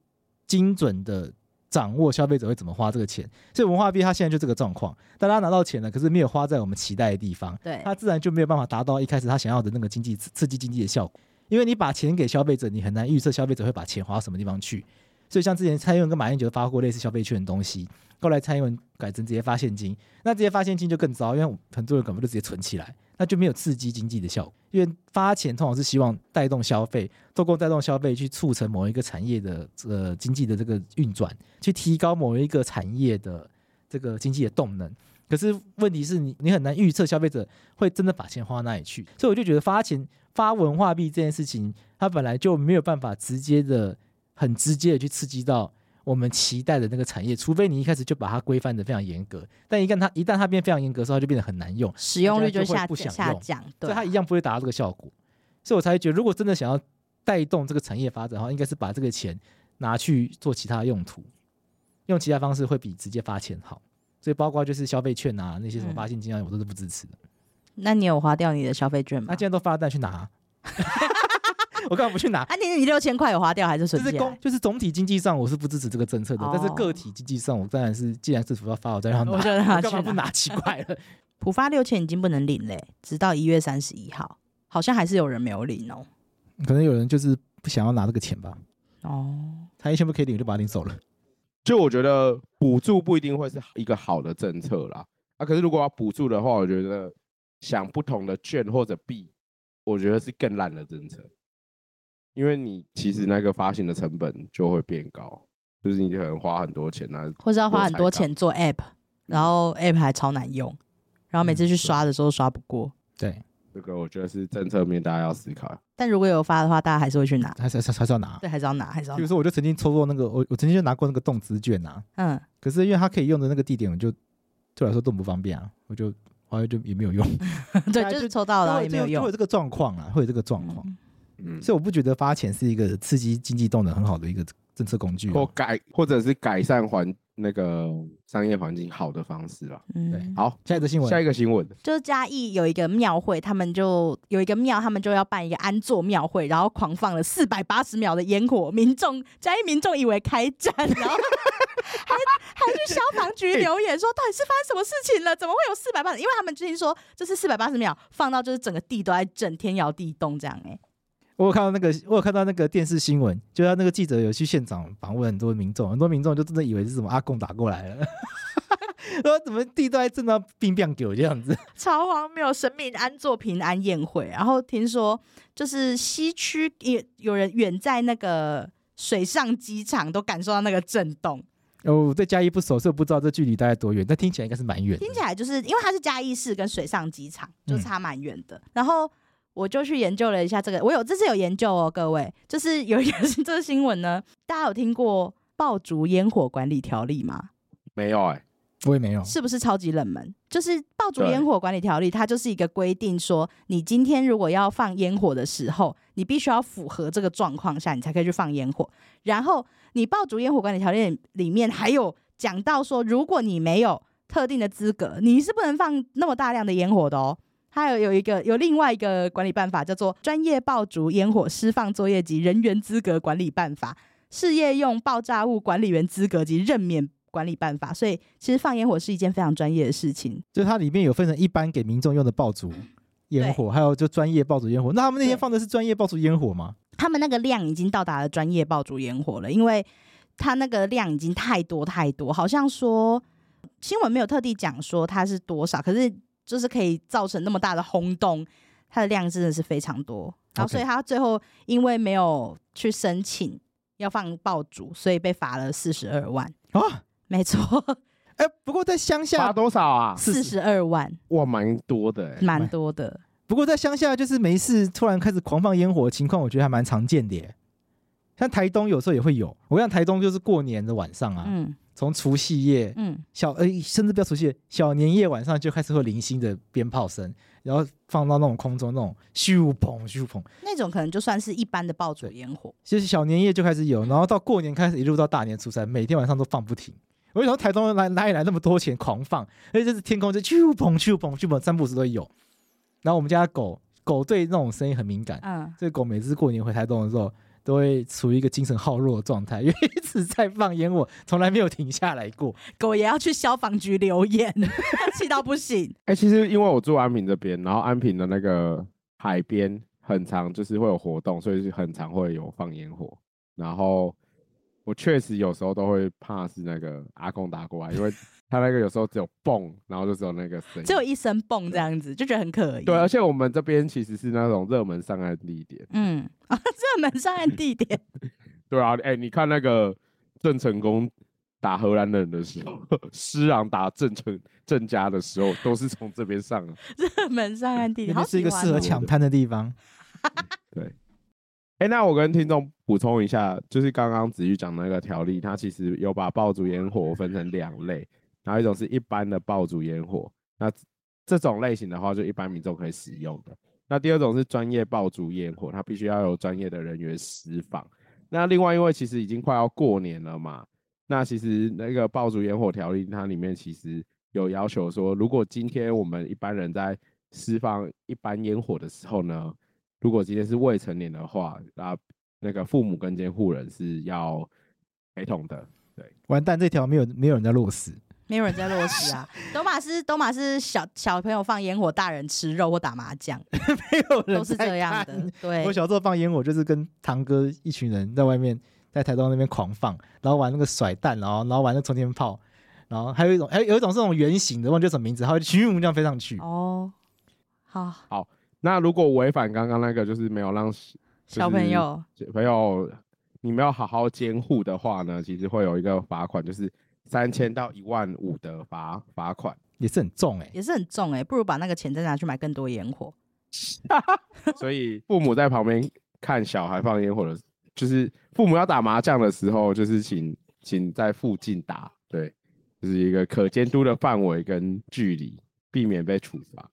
Speaker 1: 精准的。掌握消费者会怎么花这个钱，所以文化币它现在就这个状况，大家拿到钱了，可是没有花在我们期待的地方，
Speaker 3: 对
Speaker 1: 它自然就没有办法达到一开始他想要的那个经济刺激经济的效果。因为你把钱给消费者，你很难预测消费者会把钱花到什么地方去。所以像之前蔡英文跟马英九发过类似消费券的东西，后来蔡英文改成直接发现金，那直接发现金就更糟，因为很多人根本就直接存起来，那就没有刺激经济的效果。因为发钱通常是希望带动消费，透过带动消费去促成某一个产业的呃经济的这个运转，去提高某一个产业的这个经济的动能。可是问题是你你很难预测消费者会真的把钱花哪里去，所以我就觉得发钱发文化币这件事情，它本来就没有办法直接的、很直接的去刺激到我们期待的那个产业，除非你一开始就把它规范的非常严格。但一旦它一旦它变非常严格的时候，它就变得很难用，
Speaker 3: 使用率
Speaker 1: 大家就会
Speaker 3: 下
Speaker 1: 不想
Speaker 3: 下
Speaker 1: 用
Speaker 3: 降，
Speaker 1: 所
Speaker 3: 对啊
Speaker 1: 以它一样不会达到这个效果。所以我才会觉得，如果真的想要带动这个产业发展的话，应该是把这个钱拿去做其他用途，用其他方式会比直接发钱好。所以包括就是消费券啊，那些什么
Speaker 3: 嗯
Speaker 1: 发现金啊，我都是不支持的。
Speaker 3: 那你有花掉你的消费券
Speaker 1: 那
Speaker 3: 吗？
Speaker 1: 既然都发了，那去拿 [laughs] 啊。我干嘛不去拿？
Speaker 3: 啊，你你六千块有花掉还是
Speaker 1: 就
Speaker 3: 存
Speaker 1: 是
Speaker 3: 起
Speaker 1: 公
Speaker 3: 来？
Speaker 1: 就是总体经济上我是不支持这个政策的，但是
Speaker 3: 哦
Speaker 1: 个体经济上我当然是，既然政府要发，我再让他
Speaker 3: 我
Speaker 1: 拿，
Speaker 3: 就让他
Speaker 1: 干
Speaker 3: 去
Speaker 1: 嘛不
Speaker 3: 拿
Speaker 1: 拿？奇怪了，
Speaker 3: 浦发六千已经不能领嘞、直到一月三十一号，好像还是有人没有领哦。
Speaker 1: 可能有人就是不想要拿这个钱吧，
Speaker 3: 哦，
Speaker 1: 他一千不可以领我就把它领走了。
Speaker 2: [laughs] 就我觉得补助不一定会是一个好的政策啦。啊，可是如果要补助的话，我觉得想不同的券或者币，我觉得是更烂的政策，因为你其实那个发行的成本就会变高，就是你可能花很多钱啊。
Speaker 3: 或是要花很多钱做 app，然后 app 还超难用，然后每次去刷的时候都刷不过。
Speaker 1: 对，
Speaker 2: 这个我觉得是政策面大家要思考。啊
Speaker 3: 但如果有发的话，大家还是会去拿，
Speaker 1: 还是还是还是要拿。
Speaker 3: 对，还是要拿，还是要
Speaker 1: 比如
Speaker 3: 拿。
Speaker 1: 说，我就曾经抽过那个，我我曾经就拿过那个动资券啊，
Speaker 3: 嗯，
Speaker 1: 可是因为它可以用的那个地点，我就对我来说都很不方便啊，我就后来就也没有用，
Speaker 3: 对，
Speaker 1: 大家
Speaker 3: 就
Speaker 1: 就是
Speaker 3: 抽到了也没有
Speaker 1: 就会有
Speaker 3: 用。
Speaker 1: 这个状况啊，会有这个状况，
Speaker 2: 嗯，
Speaker 1: 所以我不觉得发钱是一个刺激经济动能很好的一个政策工具
Speaker 3: 嗯
Speaker 1: 啊、
Speaker 2: 或改或者是改善环那个商业环境好的方式啦。
Speaker 3: 嗯，
Speaker 2: 好，
Speaker 1: 下一则新闻，
Speaker 2: 下一个新闻，
Speaker 3: 就是嘉义有一个庙会，他们就有一个庙，他们就要办一个安座庙会，然后狂放了四百八十秒的烟火，民众嘉义民众以为开战，然后还还去消防局留言说，到底是发生什么事情了？怎么会有四百八十？因为他们听说这是四百八十秒放到就是整个地都在震，天摇地动这样哎、
Speaker 1: 我有看到那个，我有看到那个电视新闻，就他那个记者有去现场访问很多民众，很多民众就真的以为是什么阿贡打过来了， [laughs] 说怎么地都在震到冰冰狗这样子。
Speaker 3: 超荒谬！神明安坐平安宴会，然后听说就是西区也有人远在那个水上机场都感受到那个震动，
Speaker 1: 哦，我对嘉义不熟，所以我不知道这距离大概多远，但听起来应该是蛮远的。
Speaker 3: 听起来就是因为它是嘉义市跟水上机场就
Speaker 1: 嗯
Speaker 3: 差蛮远的，然后。我就去研究了一下这个，我有这次有研究哦，各位，就是有一个这个新闻呢，大家有听过爆竹烟火管理条例吗？
Speaker 2: 没有哎、
Speaker 1: 我也没有，
Speaker 3: 是不是超级冷门？就是《爆竹
Speaker 2: 对
Speaker 3: 烟火管理条例》，它就是一个规定说，你今天如果要放烟火的时候，你必须要符合这个状况下，你才可以去放烟火。然后，你《爆竹烟火管理条例》里面还有讲到说，如果你没有特定的资格，你是不能放那么大量的烟火的哦。还有有一个有另外一个管理办法叫做《专业爆竹烟火释放作业及人员资格管理办法》。事业用爆炸物管理员资格及任免管理办法，所以其实放烟火是一件非常专业的事情。
Speaker 1: 就是它里面有分成一般给民众用的爆竹烟火，还有就专业爆竹烟火。那他们那天
Speaker 3: 对
Speaker 1: 放的是专业爆竹烟火吗？
Speaker 3: 他们那个量已经到达了专业爆竹烟火了，因为它那个量已经太多太多，好像说新闻没有特地讲说它是多少，可是就是可以造成那么大的轰动，它的量真的是非常多，然后
Speaker 1: OK
Speaker 3: 所以他最后因为没有去申请要放爆竹，所以被罚了四十二万。
Speaker 1: 啊，
Speaker 3: 没错，
Speaker 1: 哎，不过在乡
Speaker 2: 罚
Speaker 1: 下，
Speaker 2: 多少啊？
Speaker 3: 四十二万，
Speaker 2: 哇，蛮多的哎。
Speaker 1: 哎
Speaker 3: 蛮多的。
Speaker 1: 不过在乡下就是没事突然开始狂放烟火的情况，我觉得还蛮常见的耶。像台东有时候也会有，我想台东就是过年的晚上啊，
Speaker 3: 嗯
Speaker 1: 从除夕夜
Speaker 3: 嗯，
Speaker 1: 小呃，甚至不要除夕，小年夜晚上就开始会有零星的鞭炮声，然后放到那种空中那种咻砰咻砰，
Speaker 3: 那种可能就算是一般的爆竹
Speaker 1: 对
Speaker 3: 烟火。
Speaker 1: 就是小年夜就开始有，然后到过年开始一路到大年初三，每天晚上都放不停。我就想说台东哪哪里来那么多钱狂放，而且就是天空就咻砰咻砰咻砰，三不五时都有。然后我们家的狗狗对那种声音很敏感，
Speaker 3: 嗯，
Speaker 1: 这个狗每次过年回台东的时候，都会处于一个精神耗弱的状态，因为一直在放烟火，从来没有停下来过。
Speaker 3: 狗也要去消防局
Speaker 1: [laughs]
Speaker 3: 留言，气到不行。
Speaker 2: 哎，其实因为我住安平这边，然后安平的那个海边很常就是会有活动，所以是很常会有放烟火。然后我确实有时候都会怕是那个阿公打过来，
Speaker 3: [laughs]
Speaker 2: 因为他那个有时候只有蹦，然后就只有那个声音。
Speaker 3: 只有一声蹦这样子，就觉得很可疑。
Speaker 1: 啊
Speaker 2: 对，而且我们这边其实是那种热门上岸地点。
Speaker 3: 嗯， [laughs] 啊，这门上岸地点， [laughs]
Speaker 2: 对啊，哎、你看那个郑成功打荷兰人的时候， [laughs] 施琅打郑成郑家的时候，都是从这边上的。
Speaker 3: 这门上岸地
Speaker 1: 那
Speaker 3: 点，好
Speaker 1: 边是一个
Speaker 3: 喜欢
Speaker 1: 适合
Speaker 3: [laughs] 哦
Speaker 1: 抢滩的地方。
Speaker 2: 哎、那我跟听众补充一下，就是刚刚子玉讲的那个条例，它其实有把爆竹烟火分成两类，然后一种是一般的爆竹烟火，那这种类型的话就一般民众可以使用的。那第二种是专业爆竹烟火，它必须要有专业的人员施放。那另外，因为其实已经快要过年了嘛，那其实那个爆竹烟火条例它里面其实有要求说，如果今天我们一般人在释放一般烟火的时候呢，如果今天是未成年的话，那那个父母跟监护人是要陪同的。
Speaker 1: 完蛋，这条没有没有人在落实。
Speaker 3: 没有人在落实啊。斗马是斗马是小小朋友放烟火，大人吃肉或打麻
Speaker 1: [laughs]
Speaker 3: 将，
Speaker 1: 没有人
Speaker 3: 都是
Speaker 1: 在
Speaker 3: 这样
Speaker 1: 看
Speaker 3: 的。。对
Speaker 1: 我，小时候放烟火，就是跟堂哥一群人在外面，在台东那边狂放，然后玩那个甩蛋，然后然后玩那个冲天炮，然后还有一种，还有有一种是那种圆形的，忘记叫什么名字，它会咻这样飞上去。
Speaker 3: 哦，好，
Speaker 2: 那如果违反刚刚那个，就是没有让小
Speaker 3: 小朋友，
Speaker 2: 朋友你没有好好监护的话呢，其实会有一个罚款，就是三千到一万五的罚罚款。
Speaker 1: 也是很重哎、
Speaker 3: 也是很重哎、不如把那个钱再拿去买更多烟火。
Speaker 2: 所以父母在旁边看小孩放烟火的，就是父母要打麻将的时候，就是请请在附近打，对，就是一个可监督的范围跟距离，避免被处罚。 [laughs]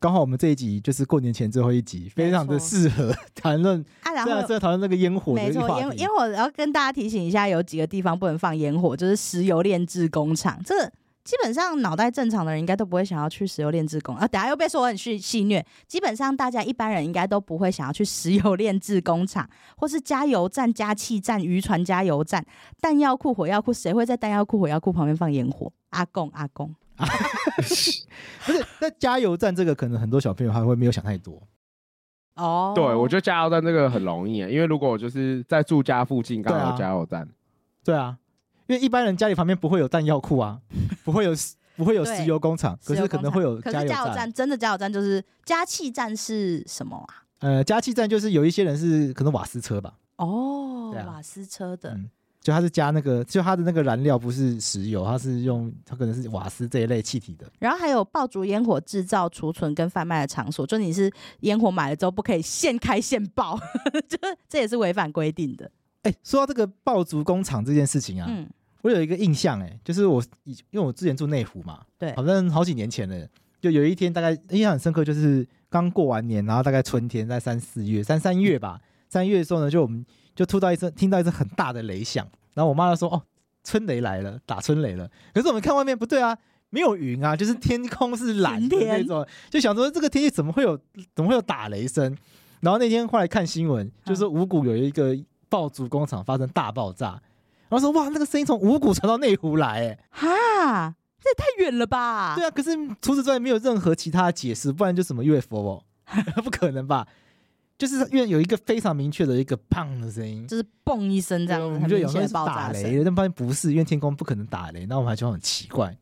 Speaker 1: 刚好我们这一集就是过年前最后一集，非常的
Speaker 3: 没错
Speaker 1: 适合 [laughs] 谈论，
Speaker 3: 啊，然
Speaker 1: 非常
Speaker 3: 后
Speaker 1: 适合讨论那个烟火的
Speaker 3: 没
Speaker 1: 一个
Speaker 3: 错，
Speaker 1: 话
Speaker 3: 烟
Speaker 1: 题
Speaker 3: 烟。火，然后跟大家提醒一下，有几个地方不能放烟火，就是石油炼制工厂。这基本上脑袋正常的人应该都不会想要去石油炼制工啊。等下又被说我很戏戏虐，基本上大家一般人应该都不会想要去石油炼制工厂，或是加油站、加气站、渔船加油站、弹药库、火药库，谁会在弹药库、火药库旁边放烟火？阿公，阿公，
Speaker 1: 不是，那加油站这个可能很多小朋友还会没有想太多。
Speaker 3: 哦，
Speaker 2: 对，我觉得加油站这个很容易耶，因为如果我就是在住家附近刚
Speaker 1: 对
Speaker 2: 好
Speaker 1: 啊
Speaker 2: 有加油站，
Speaker 1: 对啊，因为一般人家里旁边不会有弹药库
Speaker 3: [laughs]
Speaker 1: 啊，不会有不会有
Speaker 3: 对
Speaker 1: 石油工厂，可
Speaker 3: 石油
Speaker 1: 是
Speaker 3: 工
Speaker 1: 可
Speaker 3: 厂
Speaker 1: 能会有
Speaker 3: 可
Speaker 1: 加
Speaker 3: 是
Speaker 1: 油
Speaker 3: 加油
Speaker 1: 站。
Speaker 3: 站真的加油站就是加气站是什么啊？
Speaker 1: 呃，加气站就是有一些人是可能瓦斯车吧，
Speaker 3: 哦，
Speaker 1: 对啊
Speaker 3: 瓦斯车的。
Speaker 1: 嗯就它是加那个，就它的那个燃料不是石油，它是用它可能是瓦斯这一类气体的。
Speaker 3: 然后还有爆竹烟火制造、储存跟贩卖的场所，就你是烟火买了之后不可以现开现爆， [laughs] 就是这也是违反规定的。
Speaker 1: 哎，说到这个爆竹工厂这件事情啊，
Speaker 3: 嗯，
Speaker 1: 我有一个印象，哎，就是我以因为我之前住内湖嘛，
Speaker 3: 对
Speaker 1: 好像好几年前了，就有一天大概印象很深刻，就是刚过完年，然后大概春天在三四月、三三月吧，三月的时候呢，就我们就突到一声听到一声很大的雷响，然后我妈就说：“哦，春雷来了，打春雷了。”可是我们看外面不对啊。没有云啊，就是天空是蓝的
Speaker 3: 晴天
Speaker 1: 那种，就想说这个天气怎么会有怎么会有打雷声？然后那天后来看新闻，就说五谷有一个爆竹工厂发生大爆炸，然后说哇，那个声音从五谷传到内湖来，哎，
Speaker 3: 哈，这也太远了吧？
Speaker 1: 对啊，可是除此之外没有任何其他的解释，不然就什么 UFO，哦 [laughs] 不可能吧？就是因为有一个非常明确的一个砰的声音，
Speaker 3: 就是嘣一声这样
Speaker 1: 啊我
Speaker 3: 子，
Speaker 1: 们
Speaker 3: 很
Speaker 1: 就
Speaker 3: 明
Speaker 1: 有时候
Speaker 3: 显的
Speaker 1: 是
Speaker 3: 爆
Speaker 1: 打
Speaker 3: 炸
Speaker 1: 雷
Speaker 3: 声。
Speaker 1: 了，但发现不是，因为天空不可能打雷，那我们还觉得很奇怪。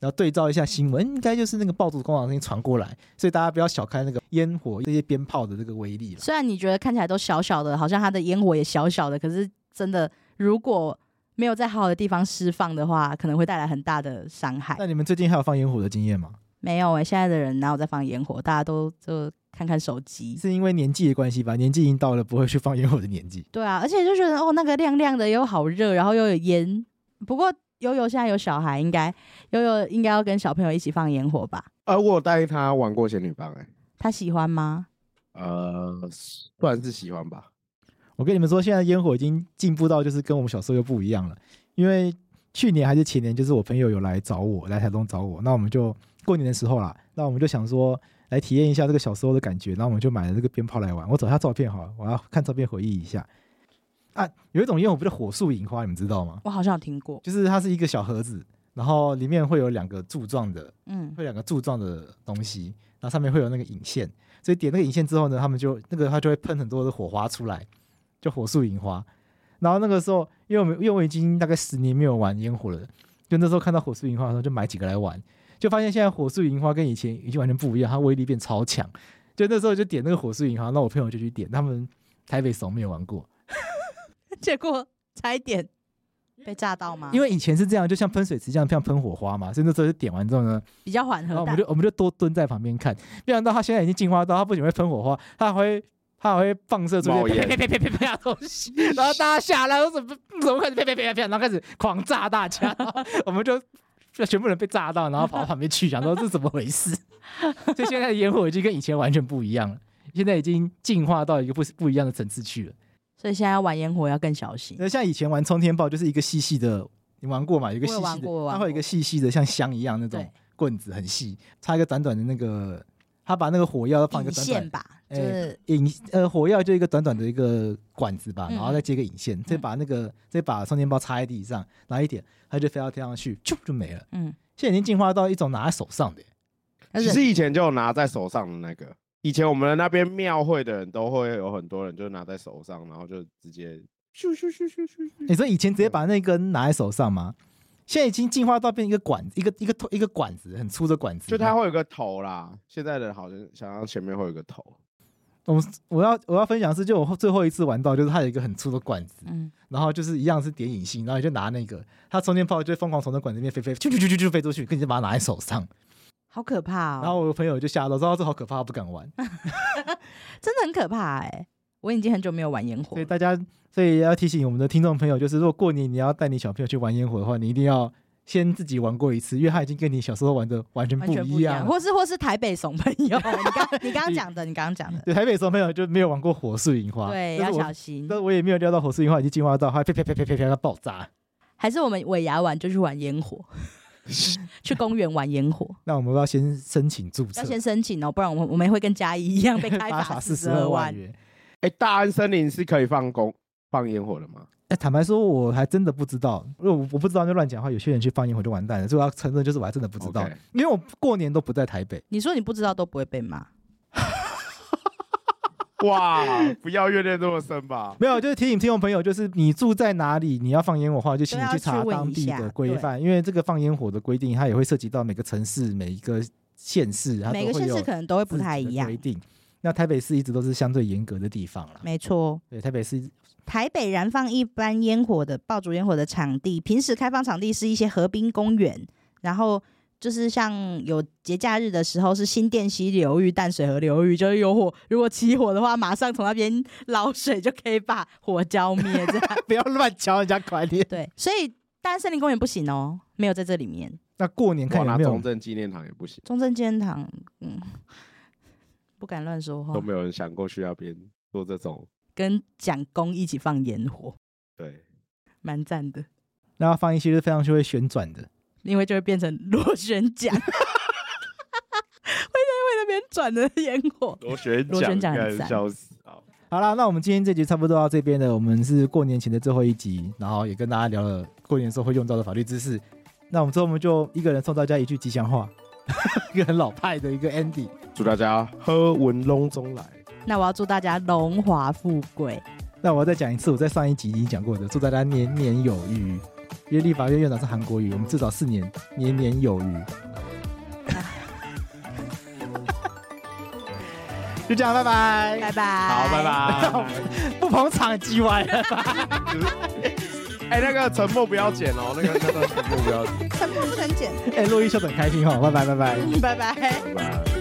Speaker 1: 然后对照一下新闻，应该就是那个爆竹工厂声音传过来，所以大家不要小看那个烟火这些鞭炮的这个威力了。
Speaker 3: 虽然你觉得看起来都小小的，好像它的烟火也小小的，可是真的如果没有在好的地方释放的话，可能会带来很大的伤害。
Speaker 1: 那你们最近还有放烟火的经验吗？
Speaker 3: 没有哎、现在的人哪有在放烟火？大家都就看看手机。
Speaker 1: 是因为年纪的关系吧？年纪已经到了不会去放烟火的年纪。
Speaker 3: 对啊，而且就觉得哦，那个亮亮的又好热，然后又有烟。不过悠悠现在有小孩，应该悠悠应该要跟小朋友一起放烟火吧？
Speaker 2: 呃，我有带他玩过仙女棒、哎，
Speaker 3: 他喜欢吗？
Speaker 2: 呃，算是喜欢吧。
Speaker 1: 我跟你们说，现在烟火已经进步到就是跟我们小时候又不一样了。因为去年还是前年，就是我朋友有来找我，来台东找我，那我们就过年的时候啦，那我们就想说来体验一下这个小时候的感觉，然后我们就买了这个鞭炮来玩。我找一下照片好了，我要看照片回忆一下。啊，有一种烟火不是火树银花，你们知道吗？
Speaker 3: 我好像有听过。
Speaker 1: 就是它是一个小盒子，然后里面会有两个柱状的 [laughs]
Speaker 3: 嗯，
Speaker 1: 会有两个柱状的东西，然后上面会有那个引线，所以点那个引线之后呢，他们就那个它就会喷很多的火花出来，就火树银花。然后那个时候，因为我们因为我已经大概十年没有玩烟火了，就那时候看到火树银花的时候，就买几个来玩，就发现现在火树银花跟以前已经完全不一样，它威力变超强。就那时候就点那个火树银花，那我朋友就去点，他们台北怂没有玩过，
Speaker 3: 结果差一点 [laughs] 被炸到吗？
Speaker 1: 因
Speaker 3: 为
Speaker 1: 为以前是这样，就像喷水池这样，像喷火花嘛，所以那时候就点完之后呢，
Speaker 3: 比较缓
Speaker 1: 然后哦我
Speaker 3: 和
Speaker 1: 们
Speaker 3: 但
Speaker 1: 就我们就多蹲在旁边看，没想到他现在已经进化到他不仅会喷火花，他还会他还会放射出
Speaker 2: 冒
Speaker 1: 些
Speaker 2: 烟
Speaker 1: 啪啪啪啪啪啪的东西，然后大家下来，我怎么怎么开始啪啪啪啪啪，然后开始狂炸大家， [laughs] 然后我们就。就全部人被炸到，然后跑到旁边去，想说这是怎么回事？ [laughs] 所以现在的烟火已经跟以前完全不一样了，现在已经进化到一个不不一样的层次去了。
Speaker 3: 所以现在要玩烟火要更小心。
Speaker 1: 那像以前玩冲天炮，就是一个细细的，你玩过吗？有一个细
Speaker 3: 我有玩
Speaker 1: 细的
Speaker 3: 过我有，玩
Speaker 1: 它会有一
Speaker 3: 过
Speaker 1: 个细细的像香一样那种
Speaker 3: 对，
Speaker 1: 棍子，很细，插一个短短的那个，他把那个火药放一
Speaker 3: 引
Speaker 1: 个短短
Speaker 3: 线吧，就
Speaker 1: 哎
Speaker 3: 是
Speaker 1: 引呃火药就一个短短的一个管子吧，
Speaker 3: 嗯
Speaker 1: 然后再接个引线，再把那个再把充电包插在地上，然后一点，它就飞到天上去，啾就没了。
Speaker 3: 嗯，
Speaker 1: 现在已经进化到一种拿在手上的，
Speaker 3: 而
Speaker 2: 其
Speaker 3: 且
Speaker 2: 实以前就有拿在手上的那个，以前我们的那边庙会的人都会有很多人就拿在手上，然后就直接咻咻咻咻咻咻。
Speaker 1: 你说以前直接把那根拿在手上吗？现在已经进化到变一个管子，一个一个一个管子，很粗的管子。
Speaker 2: 就它会有个头啦，现在的好像想要前面会有个头，
Speaker 1: 我要我要分享的是，就我最后一次玩到，就是它有一个很粗的管子，
Speaker 3: 嗯，
Speaker 1: 然后就是一样是点引信，然后你就拿那个，它充电炮就会疯狂从那管子里面飞飞，啾啾啾啾啾飞出去，跟你就把它拿在手上。
Speaker 3: 好可
Speaker 1: 然
Speaker 3: 怕哦，
Speaker 1: 后我朋友就吓到，说哦这好可怕，他不敢玩。
Speaker 3: 真的很可怕哎、我已经很久没有玩烟火
Speaker 1: 所以
Speaker 3: 了，
Speaker 1: 大家，所以要提醒我们的听众朋友，就是如果过年你要带你小朋友去玩烟火的话，你一定要先自己玩过一次，因为他已经跟你小时候玩的完全
Speaker 3: 完
Speaker 1: 不
Speaker 3: 全不
Speaker 1: 一
Speaker 3: 一
Speaker 1: 样
Speaker 3: 样，
Speaker 1: 了。
Speaker 3: 或是或是台北怂朋友，你刚你刚刚讲的，你刚刚讲的，
Speaker 1: 对，台北小朋友就没有玩过火树银花，
Speaker 3: 对，
Speaker 1: 但
Speaker 3: 要
Speaker 1: 是
Speaker 3: 小
Speaker 1: 我
Speaker 3: 心。
Speaker 1: 但我也没有料到火树银花已经进化到它啪啪啪啪啪啪啪爆炸。
Speaker 3: 还是我们尾牙完就去玩
Speaker 1: [laughs]
Speaker 3: 烟火，去公园玩烟火，
Speaker 1: 那我们要先申请注册
Speaker 3: 要，先申请哦，不然我们我们会跟嘉义一样被开
Speaker 1: 罚
Speaker 3: 罚
Speaker 1: 款
Speaker 3: 四
Speaker 1: 四十
Speaker 3: 十二
Speaker 1: 二
Speaker 3: 万
Speaker 1: 万。元。
Speaker 2: 哎、大安森林是可以放公放烟火的吗？
Speaker 1: 哎，坦白说，我还真的不知道，因为我我不知道就乱讲话，有些人去放烟火就完蛋了。所以我要承认，就是我还真的不知道
Speaker 2: OK
Speaker 1: 因为我过年都不在台北。
Speaker 3: 你说你不知道都不会被骂，
Speaker 2: 哇，不要怨念这么深吧。
Speaker 1: 没有，就是提醒听众朋友，就是你住在哪里，你要放烟火的话，就请你
Speaker 3: 对要
Speaker 1: 去查
Speaker 3: 啊去问
Speaker 1: 当
Speaker 3: 一
Speaker 1: 地
Speaker 3: 下
Speaker 1: 的规范，因为这个放烟火的规定，它也会涉及到每个城市、每一个县市，它
Speaker 3: 每
Speaker 1: 都
Speaker 3: 个
Speaker 1: 会
Speaker 3: 县
Speaker 1: 有
Speaker 3: 市可能都会
Speaker 1: 自
Speaker 3: 不太
Speaker 1: 己的
Speaker 3: 一样
Speaker 1: 规。定。那台北市一直都是相对严格的地方啦。
Speaker 3: 没错，
Speaker 1: 对，台北市 [laughs]
Speaker 3: 台北燃放一般烟火的爆竹烟火的场地，平时开放场地是一些河滨公园，然后就是像有节假日的时候是新店溪流域、淡水河流域，就是有火，如果起火的话，马上从那边捞水就可以把火浇灭，这样
Speaker 1: 不要乱敲人家快
Speaker 3: [laughs]
Speaker 1: 点。
Speaker 3: 对。所以，但森林公园不行哦，没有在这里面。
Speaker 1: 那过年 [laughs]
Speaker 2: 哇，
Speaker 1: 看有
Speaker 2: 拿
Speaker 1: 没
Speaker 2: 中
Speaker 1: 有
Speaker 2: 正纪念堂也不行，
Speaker 3: 中正纪念堂，嗯，不敢乱说话
Speaker 2: 都，没有人想过去那边做这种。
Speaker 3: 跟蒋公一起放烟火，
Speaker 2: 对，
Speaker 3: 蛮赞的，
Speaker 1: 那要放一些就是非常就会旋转的，
Speaker 3: 因为就会变成螺旋桨，会在会那边转的烟火。
Speaker 2: 螺旋
Speaker 3: 螺旋桨很
Speaker 2: 干
Speaker 3: 赞
Speaker 2: 笑死啊！
Speaker 1: 好啦，那我们今天这集差不多到这边了。我们是过年前的最后一集，然后也跟大家聊了过年的时候会用到的法律知识。那我们最后我们就一个人送大家一句吉祥话，一个很老派的一个 Andy。
Speaker 2: 祝大家喝文隆中来。
Speaker 3: 那我要祝大家荣华富贵，
Speaker 1: 那我要再讲一次我在上一集已经讲过的，祝大家年年有余。因为立法院院长是韩国瑜，我们至少四年年年有余。就这样，拜拜。
Speaker 3: 拜拜，
Speaker 2: 好，拜。拜。
Speaker 1: 不捧场叽歪了，
Speaker 2: [laughs] 哎、那个沉默不要剪哦，那个那个沉默不要剪，
Speaker 3: 沉默不能剪，
Speaker 1: 哎，洛伊笑得很开心哦，拜拜拜拜。
Speaker 3: [laughs] 拜拜。
Speaker 2: 拜拜。